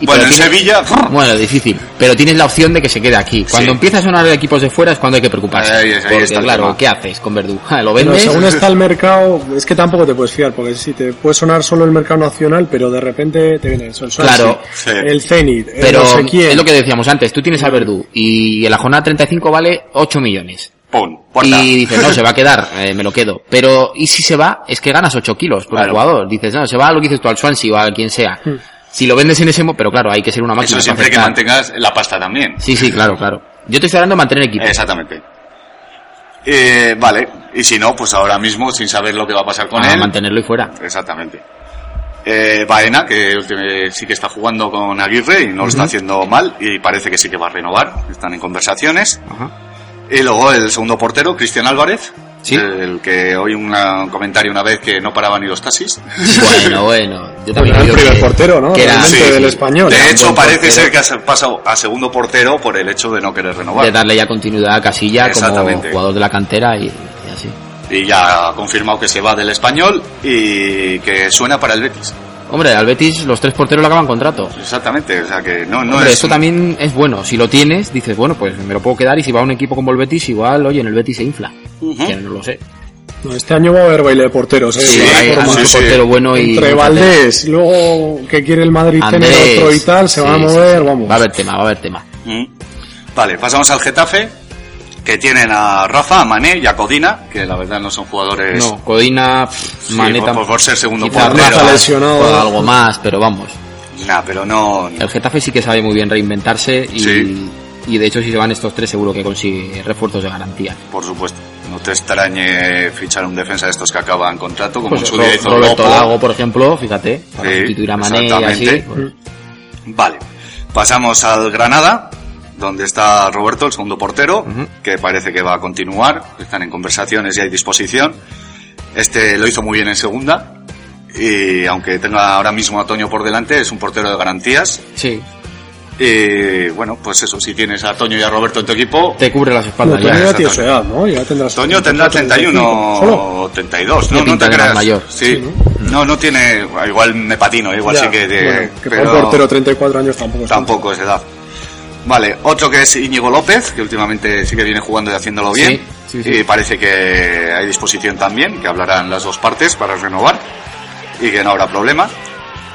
A: Y
C: Bueno,
A: pero
C: en
A: tiene-
C: Sevilla,
A: Bueno, difícil. Pero tienes la opción de que se quede aquí. Cuando empieza a sonar de equipos de fuera es cuando hay que preocuparse.
C: Ahí es- ahí
A: Porque,
C: está el
A: claro,
C: tema.
A: ¿qué haces con Verdú? ¿Lo
B: Pero
A: vendes?
B: según está el mercado, es que tampoco te puedes fiar, porque si te puede sonar solo el mercado nacional, pero de repente te viene el sol. suena
A: Claro.
B: así, El Zenit, el
A: Pero
B: no sé quién.
A: es lo que decíamos antes, tú tienes a Verdú y en la jornada 35 vale 8 millones.
C: Pum,
A: y dices, no, se va a quedar, eh, me lo quedo. Pero, y si se va, es que ganas 8 kilos por el jugador. Dices, no, se va lo que dices tú al Swansea o a quien sea. Si lo vendes en ese mo- pero claro, hay que ser una máquina.
C: Hmm. Eso
A: para
C: siempre que
A: aceptar.
C: mantengas la pasta también.
A: Sí, sí, claro, claro. Yo te estoy hablando de mantener equipo.
C: Exactamente. Eh, vale, y si no, pues ahora mismo, sin saber lo que va a pasar con
A: Ah,
C: él.
A: mantenerlo y fuera.
C: Exactamente. Eh, Baena, que ultim- sí que está jugando con Aguirre y no lo está haciendo mal, y parece que sí que va a renovar, están en conversaciones. Y luego el segundo portero, Cristian Álvarez, el que oí una- un comentario una vez que no paraban ni los taxis.
A: Bueno, bueno. Yo también
B: Bueno, era el
A: digo
B: primer
A: que-
B: portero, ¿no?
A: que era-
B: Realmente
A: sí,
B: del
A: sí.
B: español.
C: De
B: Era un
C: hecho,
B: buen
C: parece
B: portero.
C: ser que ha pasado a segundo portero por el hecho de no querer renovar.
A: de darle ya continuidad a Casilla como
C: Exactamente.
A: jugador de la cantera y, y así.
C: Y ya ha confirmado que se va del español y que suena para el Betis.
A: Hombre, al Betis los tres porteros le acaban contrato.
C: Exactamente, o sea que no, no
A: Hombre,
C: es.
A: esto también es bueno. Si lo tienes, dices, bueno, pues me lo puedo quedar y si va a un equipo como el Betis, igual, oye, en el Betis se infla. Que no lo sé.
B: No, este año va a haber baile de porteros, ¿eh?
A: Sí,
B: De
A: hay-
B: forma.
A: hay un Sí, sí. portero bueno y-
B: Entre Valdés, luego que quiere el Madrid tener
A: Andrés,
B: otro y tal, se
A: sí,
B: van a
A: sí,
B: mover,
A: sí.
B: vamos.
A: Va a haber tema, va a haber tema.
C: Mm. Vale, pasamos al Getafe, que tienen a Rafa, a Mané y a Codina, que la verdad no son jugadores.
A: No, Codina,
C: Sí,
A: Maneta,
C: por, por- por ser segundo
A: quizá
C: portero.
A: Rafa o algo más, pero vamos.
C: Nah, pero no.
A: El Getafe sí que sabe muy bien reinventarse y,
C: Sí.
A: y de hecho si se van estos tres seguro que consigue refuerzos de garantía.
C: Por supuesto. No te extrañe fichar un defensa de estos que acaban contrato, como
A: Pues
C: en su
A: Ro-
C: día hizo
A: Roberto
C: Lopo.
A: Lago, por ejemplo, fíjate, para
C: Sí,
A: sustituir a Mané y así.
C: exactamente.
A: pues,
C: Vale, pasamos al Granada, donde está Roberto, el segundo portero, que parece que va a continuar, están en conversaciones y hay disposición. Este lo hizo muy bien en segunda, y aunque tenga ahora mismo a Toño por delante, es un portero de garantías.
A: Sí.
C: Y bueno, pues eso, si tienes a Toño y a Roberto en tu equipo,
A: te cubre las
B: No,
A: espaldas
B: Toño ya
A: ya.
B: tiene su edad, ¿no? Ya tendrás.
C: Toño tendrá 31
B: ¿Solo?
C: o 32,
A: Tiene
C: no, no
A: pinta
C: te
A: de más
C: creas.
A: mayor.
C: Sí. No, no tiene, igual me patino, igual
B: Ya,
C: sí que... de-
B: bueno, que para
C: pero-
B: un portero 34 años tampoco es
C: Tampoco es edad. Vale, otro que es Íñigo López, que últimamente sí que viene jugando y haciéndolo
A: Sí,
C: bien.
A: sí, sí.
C: Y parece que hay disposición también, que hablarán las dos partes para renovar y que no habrá problema.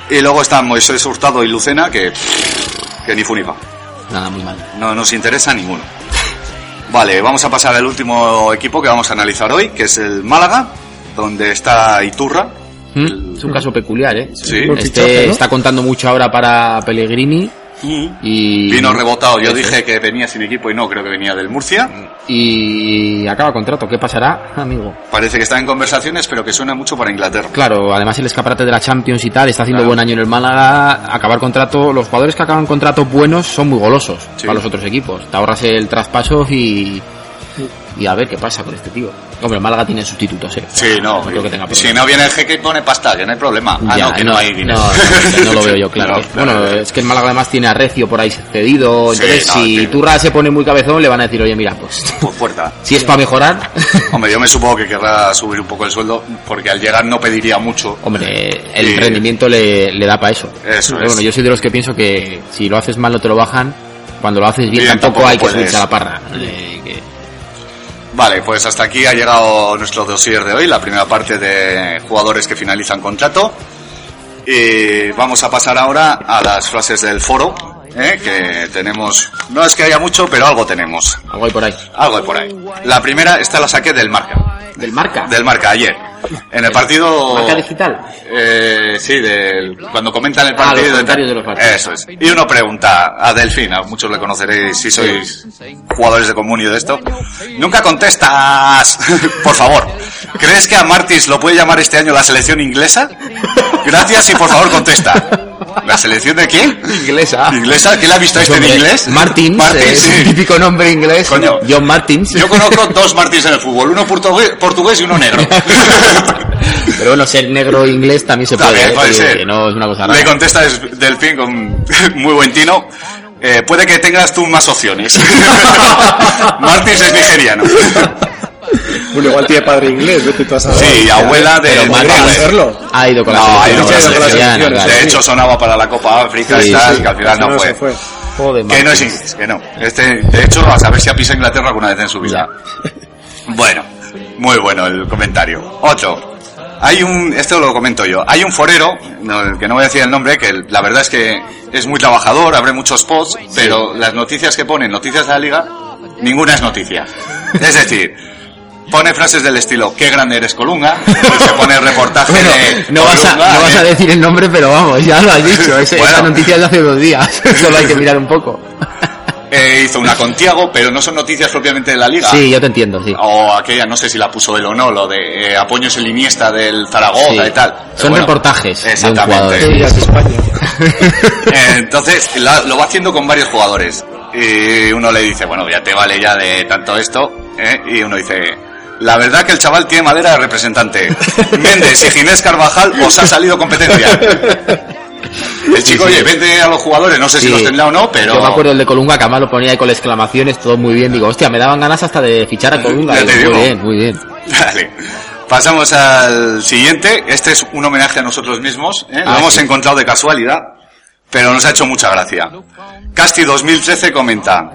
C: Y luego están Moisés Hurtado y Lucena, que, que ni funifa.
A: Nada, muy mal.
C: No nos interesa ninguno. Vale, vamos a pasar al último equipo que vamos a analizar hoy, que es el Málaga, donde está Iturra.
A: ¿Mm? Es un caso peculiar, ¿eh?
C: Sí.
A: Este
C: Buen fichaje, ¿no?
A: está contando mucho ahora para Pellegrini y...
C: Vino rebotado, yo
A: Eso
C: dije
A: es. Mm.
C: que venía sin equipo y no, creo que venía del Murcia.
A: Y acaba contrato, ¿qué pasará, amigo?
C: Parece que está en conversaciones, pero que suena mucho para Inglaterra.
A: Claro, además el escaparate de la Champions y tal, está haciendo
C: Claro.
A: buen año en el Málaga, acabar contrato, los jugadores que acaban contrato buenos son muy golosos
C: Sí.
A: para los otros equipos, te ahorras el traspaso y... Y a ver qué pasa con este tío. Hombre, el Málaga tiene sustitutos, ¿eh?
C: Sí, no.
A: creo que tenga problema.
C: si no viene el jeque y pone pasta, que no hay problema. Ah,
A: Ya,
C: no, que no, hay dinero.
A: no, no, que no lo veo yo, claro.
C: No,
A: que- bueno, es que el Málaga además tiene a Recio por ahí cedido.
C: Sí,
A: entonces,
C: no,
A: si
C: que-
A: Turra se pone muy cabezón, le van a decir, oye, mira, pues
C: Por puerta.
A: si es para mejorar,
C: Hombre, yo me supongo que querrá subir un poco el sueldo, porque al llegar no pediría mucho.
A: hombre, el
C: Sí.
A: rendimiento le, le da para eso.
C: Eso
A: Pero bueno,
C: es.
A: yo soy de los que pienso que si lo haces mal no te lo bajan, cuando lo haces bien,
C: Bien,
A: tampoco,
C: tampoco
A: hay que
C: puedes.
A: subirse a la parra. Eh, que-
C: Vale, pues hasta aquí ha llegado nuestro dossier de hoy, la primera parte de jugadores que finalizan contrato. Y vamos a pasar ahora a las frases del foro, ¿eh? que tenemos. No es que haya mucho, pero algo tenemos.
A: Algo hay por ahí.
C: Algo hay por ahí. La primera, esta la saqué del marca.
A: ¿Del marca?
C: Del marca, ayer. En el partido.
A: ¿Marca digital?
C: Eh, sí, del, cuando comentan el
A: Ah,
C: partido.
A: los
C: y tal.
A: comentarios de los partidos.
C: Eso es. Y uno pregunta a Delfín, a muchos le conoceréis si sois jugadores de comunio de esto. Nunca contestas, por favor. ¿Crees que a Martis lo puede llamar este año la selección inglesa? Gracias y por favor contesta. ¿La selección de quién?
A: Inglesa.
C: ¿Inglesa? ¿Quién la ha visto este en
A: Pues Hombre,
C: inglés?
A: Martins, eh,
C: Martins,
A: es
C: sí.
A: un típico nombre inglés.
C: Coño.
A: John Martins.
C: Yo conozco dos Martins en el fútbol, uno portugués, portugués y uno negro.
A: Pero bueno, ser negro inglés también se puede.
C: También
A: ¿eh?
C: puede
A: Que-
C: ser.
A: que no es una cosa
C: Le
A: rara.
C: contesta Des- Delfín con muy buen tino. eh, puede que tengas tú más opciones. Martins es nigeriano.
B: Bueno, igual tiene padre inglés, vete tú a saber.
C: Sí, y abuela de-
B: Pero
C: de-
B: podría
C: de-
B: serlo.
A: Ha ido con la
C: No, ha
A: selección,
C: ido con la
A: con la
C: selección.
A: selección, claro.
C: De hecho, sonaba para la Copa África
A: Sí,
C: y tal,
A: sí.
C: que al final no
B: se
C: fue.
B: fue.
A: Joder,
C: Que no es
A: Martins.
C: inglés, que no. Este, de hecho, a saber si ha pisado Inglaterra alguna vez en su vida. Bueno, muy bueno el comentario. Otro. Hay un, esto lo comento yo, hay un forero, no, el que no voy a decir el nombre, que el- la verdad es que es muy trabajador, abre muchos posts, pero las noticias que pone, noticias de la liga, ninguna es noticia. Es decir, pone frases del estilo, qué grande eres Colunga, se pone reportaje
A: Bueno,
C: de
A: no vas, a,
C: Colunga,
A: no vas a
C: eh,
A: decir el nombre, pero vamos, ya lo has dicho. Ese,
C: Bueno.
A: Esta noticia es de hace dos días. Solo hay que mirar un poco.
C: eh, hizo una con Tiago, pero no son noticias propiamente de la liga.
A: Sí, yo te entiendo, sí.
C: o aquella, no sé si la puso él o no, lo de eh, Apoño es el Iniesta del Zaragoza
A: Sí.
C: y tal. Pero
A: Son
C: bueno,
A: reportajes de un
C: Exactamente.
A: jugador. Sí, ya se
C: Eh, Entonces, la- lo va haciendo con varios jugadores. Y uno le dice, bueno, ya te vale ya de tanto esto. ¿eh? Y uno dice, la verdad que el chaval tiene madera de representante. Méndez y Ginés Carvajal os ha salido competencia. El chico,
A: sí.
C: oye, vende a los jugadores, no sé si
A: Sí.
C: los tendrá o no, pero...
A: Yo me acuerdo el de Colunga, que además lo ponía ahí con exclamaciones, todo muy bien. Digo, hostia, me daban ganas hasta de fichar a Colunga.
C: Ya te
A: Digo, muy
C: digo.
A: bien, muy bien.
C: Vale. Pasamos al siguiente. Este es un homenaje a nosotros mismos. ¿eh? Lo
A: Ah,
C: hemos
A: sí.
C: encontrado de casualidad, pero nos ha hecho mucha gracia. Casti 2013 comenta,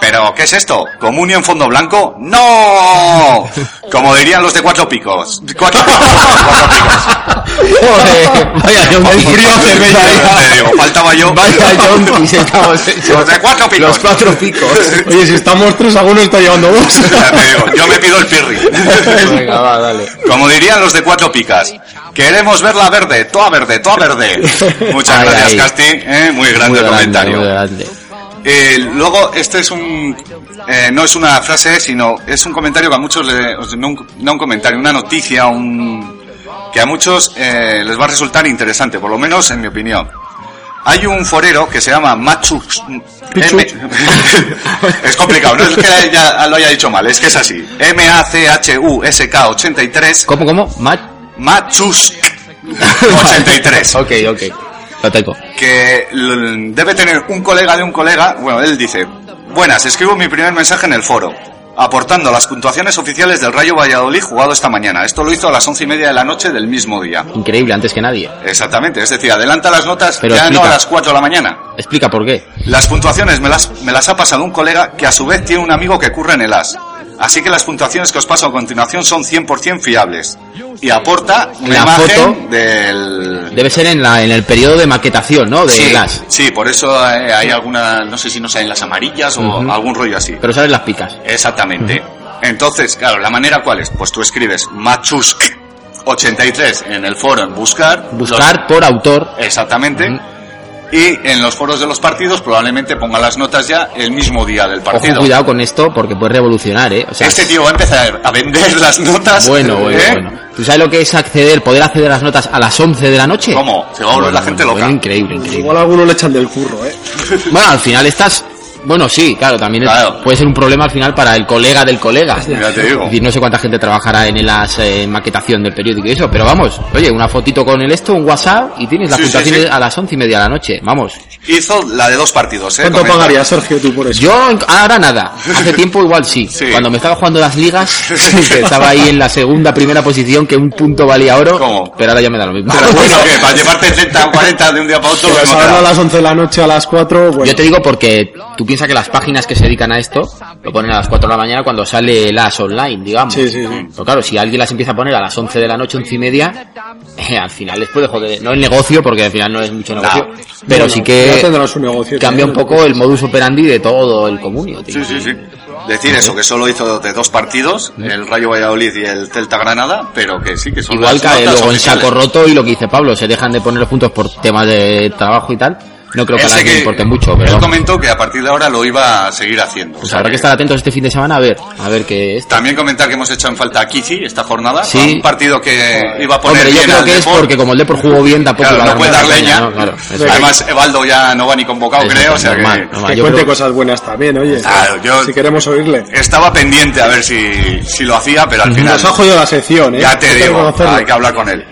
C: ¿pero qué es esto? ¿Comunión fondo blanco? ¡No! Como dirían los de cuatro picos. Cuatro picos. Cuatro picos.
A: Joder, vaya John
C: El frío hace bella. Te digo, faltaba yo.
A: Vaya yonkis estamos hechos.
C: Los de cuatro picos.
A: Los cuatro picos.
B: Oye, si estamos tres, alguno está llevando dos.
C: Ya te digo, yo me pido el pirri.
A: Venga, va, dale.
C: Como dirían los de Cuatro Picas, queremos verla verde, toda verde, toda verde. Muchas
A: Ay,
C: gracias,
A: ay.
C: Casti. ¿eh? Muy grande
A: Muy
C: el comentario.
A: muy grande.
C: Eh, luego, este es un. eh, no es una frase, sino es un comentario que a muchos. le- o sea, no, un, no un comentario, una noticia, un. que a muchos eh, les va a resultar interesante, por lo menos en mi opinión. Hay un forero que se llama Machux. M- es complicado, no es que ya lo haya dicho mal, es que es así. M-A-C-H-U-S-K-83.
A: ¿Cómo, cómo? ¿Match?
C: Machus 83
A: Ok, ok. Lo tengo.
C: que l- debe tener un colega de un colega. Bueno, él dice: Buenas, escribo mi primer mensaje en el foro, aportando las puntuaciones oficiales del Rayo Valladolid jugado esta mañana. Esto lo hizo a las once y media de la noche del mismo día.
A: Increíble, antes que nadie.
C: Exactamente, es decir, adelanta las notas
A: Pero
C: ya no
A: explica.
C: a las 4 de la mañana.
A: Explica por qué.
C: Las puntuaciones me las, me las ha pasado un colega que a su vez tiene un amigo que curra en el AS. Así que las puntuaciones que os paso a continuación son 100% fiables. Y aporta una
A: La
C: imagen
A: foto
C: del...
A: Debe ser en, la, en el periodo de maquetación, ¿no? De
C: sí,
A: las.
C: sí, por eso eh, hay alguna, no sé si no salen las amarillas o
A: Ujú.
C: algún rollo así.
A: Pero sabes las picas.
C: Exactamente. Entonces, claro, ¿la manera cuál es? Pues tú escribes machus 83 en el foro en buscar.
A: Buscar por autor.
C: Los- exactamente. Y en los foros de los partidos probablemente ponga las notas ya el mismo día del
A: Ojo,
C: partido.
A: cuidado con esto porque puede revolucionar, ¿eh? O sea,
C: este tío va a empezar a vender las notas.
A: Bueno, bueno,
C: ¿eh?
A: bueno. ¿Tú sabes lo que es acceder, poder acceder a las notas a las 11 de la noche?
C: ¿Cómo? Se va a volver la gente loca.
A: increíble, increíble.
B: Igual a alguno le echan del curro, eh.
A: Bueno, al final estás... Bueno, sí, claro, también es-
C: Claro.
A: puede ser un problema al final para el colega del colega.
C: Ya te digo.
A: Es decir, no sé cuánta gente trabajará en la maquetación del periódico y eso, pero vamos, oye, una fotito con el esto, un WhatsApp y tienes las
C: Sí, sí,
A: puntuaciones
C: sí.
A: a las once y media de la noche, vamos.
C: Hizo la de dos partidos, ¿eh?
B: ¿Cuánto
C: Comenta.
B: pagarías, Sergio, tú por eso?
A: Yo ahora nada, hace tiempo igual sí.
C: Sí.
A: Cuando me estaba jugando las ligas, estaba ahí en la segunda, primera posición que un punto valía oro,
C: ¿Cómo?
A: pero ahora ya me da lo mismo.
C: Pero Ah, bueno, que para llevarte 30 o 40 de un día para otro.
A: pues
B: Pero
C: no
B: saberlo a
C: te da.
B: las 11 de la noche, a las 4, bueno.
A: Yo te digo porque tú piensa que las páginas que se dedican a esto lo ponen a las 4 de la mañana cuando sale las online, digamos.
B: Sí, sí, sí.
A: Pero claro, si alguien las empieza a poner a las 11 de la noche, 11 y media, eh, al final les puede joder. No el negocio, porque al final no es mucho negocio,
B: No.
A: pero
B: Bueno,
A: sí que
B: ya tendrán su negocio,
A: cambia
B: sí,
A: un poco el modus operandi de todo el comunio. tío.
C: Sí, sí, sí. Decir eso, que solo hizo de dos partidos, el Rayo Valladolid y el Celta Granada, pero que sí, que son
A: Igual
C: las
A: cae
C: notas
A: luego en
C: oficiales.
A: saco roto y lo que dice Pablo, se dejan de poner juntos por temas de trabajo y tal. No creo que a
C: Él sé
A: nadie
C: que-
A: le importe mucho, pero
C: Él comentó que a partir de ahora lo iba a seguir haciendo.
A: pues habrá que estar atentos este fin de semana a ver, a ver qué es.
C: También comentar que hemos hecho en falta a Kici esta jornada.
A: Sí.
C: Un partido que iba a poner
A: Hombre, yo
C: bien
A: creo
C: al
A: que es
C: Depor.
A: porque como el Depor jugó bien tampoco
C: Claro,
A: iba a
C: no puede dar
A: mucha caña,
C: leña.
A: ¿no? Claro, eso es.
C: Además, Evaldo ya no va ni convocado,
A: Eso
C: creo.
A: es
C: O sea
A: normal,
C: que...
A: normal.
B: Que
A: yo
B: cuente
A: creo-
B: cosas buenas también, oye.
C: Claro, yo Eh,
B: Si queremos oírle.
C: estaba pendiente a ver si, si lo hacía, pero al final.
B: Nos ha jodido la sección, ¿eh?
C: Ya te
B: Hay que
C: digo,
B: reconocerlo.
C: hay que hablar con él.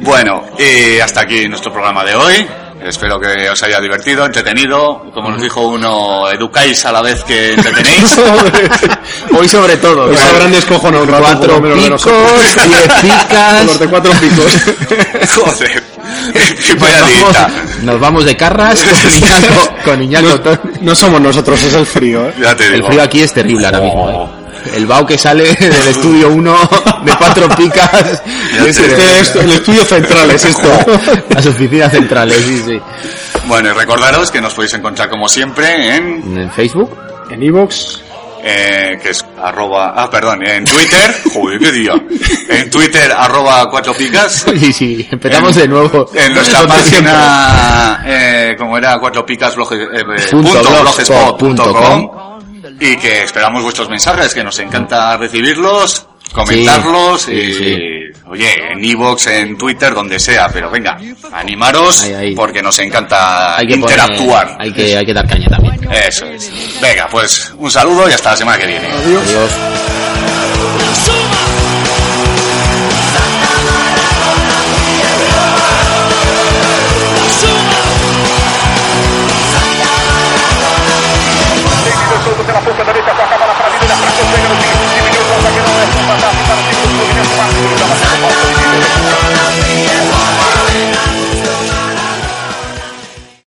C: Bueno, y hasta aquí nuestro programa de hoy. Espero que os haya divertido, entretenido. Como nos dijo uno, educáis a la vez que entretenéis.
A: Hoy sobre todo.
B: Hoy
C: claro.
B: sabrán descojonar un rato, por lo
A: Cuatro
B: menos, de
A: picos,
B: nosotros.
A: diez picas.
B: Los de cuatro picos.
C: Joder. Vaya dieta.
A: Nos vamos de carras con Iñaco, con Iñaco Tón.
B: No somos nosotros, es el frío, ¿eh?
C: Ya te
A: El
C: digo.
A: frío aquí es terrible ahora mismo.
C: Oh.
A: ¿eh? El Bau que sale del estudio 1 de cuatro picas.
C: Ya
A: es
C: te digo.
A: terrible.
B: Este es el estudio central, es esto.
A: Las oficinas centrales, sí, sí.
C: Bueno, y recordaros que nos podéis encontrar como siempre en,
A: ¿En Facebook?
B: En Evox,
C: eh, que es arroba, ah, perdón, en Twitter, joder, qué día, en Twitter arroba cuatro picas,
A: Sí, sí, empezamos de nuevo.
C: en nuestra
A: Donde siempre.
C: página, eh, como era cuatro picas eh,
A: Punto blogspot punto com.
C: y que esperamos vuestros mensajes, que nos encanta recibirlos, comentarlos,
A: Sí,
C: y,
A: sí,
C: oye, en iVoox, en Twitter, donde sea, pero venga, animaros,
A: Ahí, ahí.
C: porque nos encanta
A: Hay que poner-
C: interactuar.
A: hay, que, hay que dar caña también.
C: Eso es. Venga, pues un saludo y hasta la semana que viene.
B: adiós.
A: Adiós.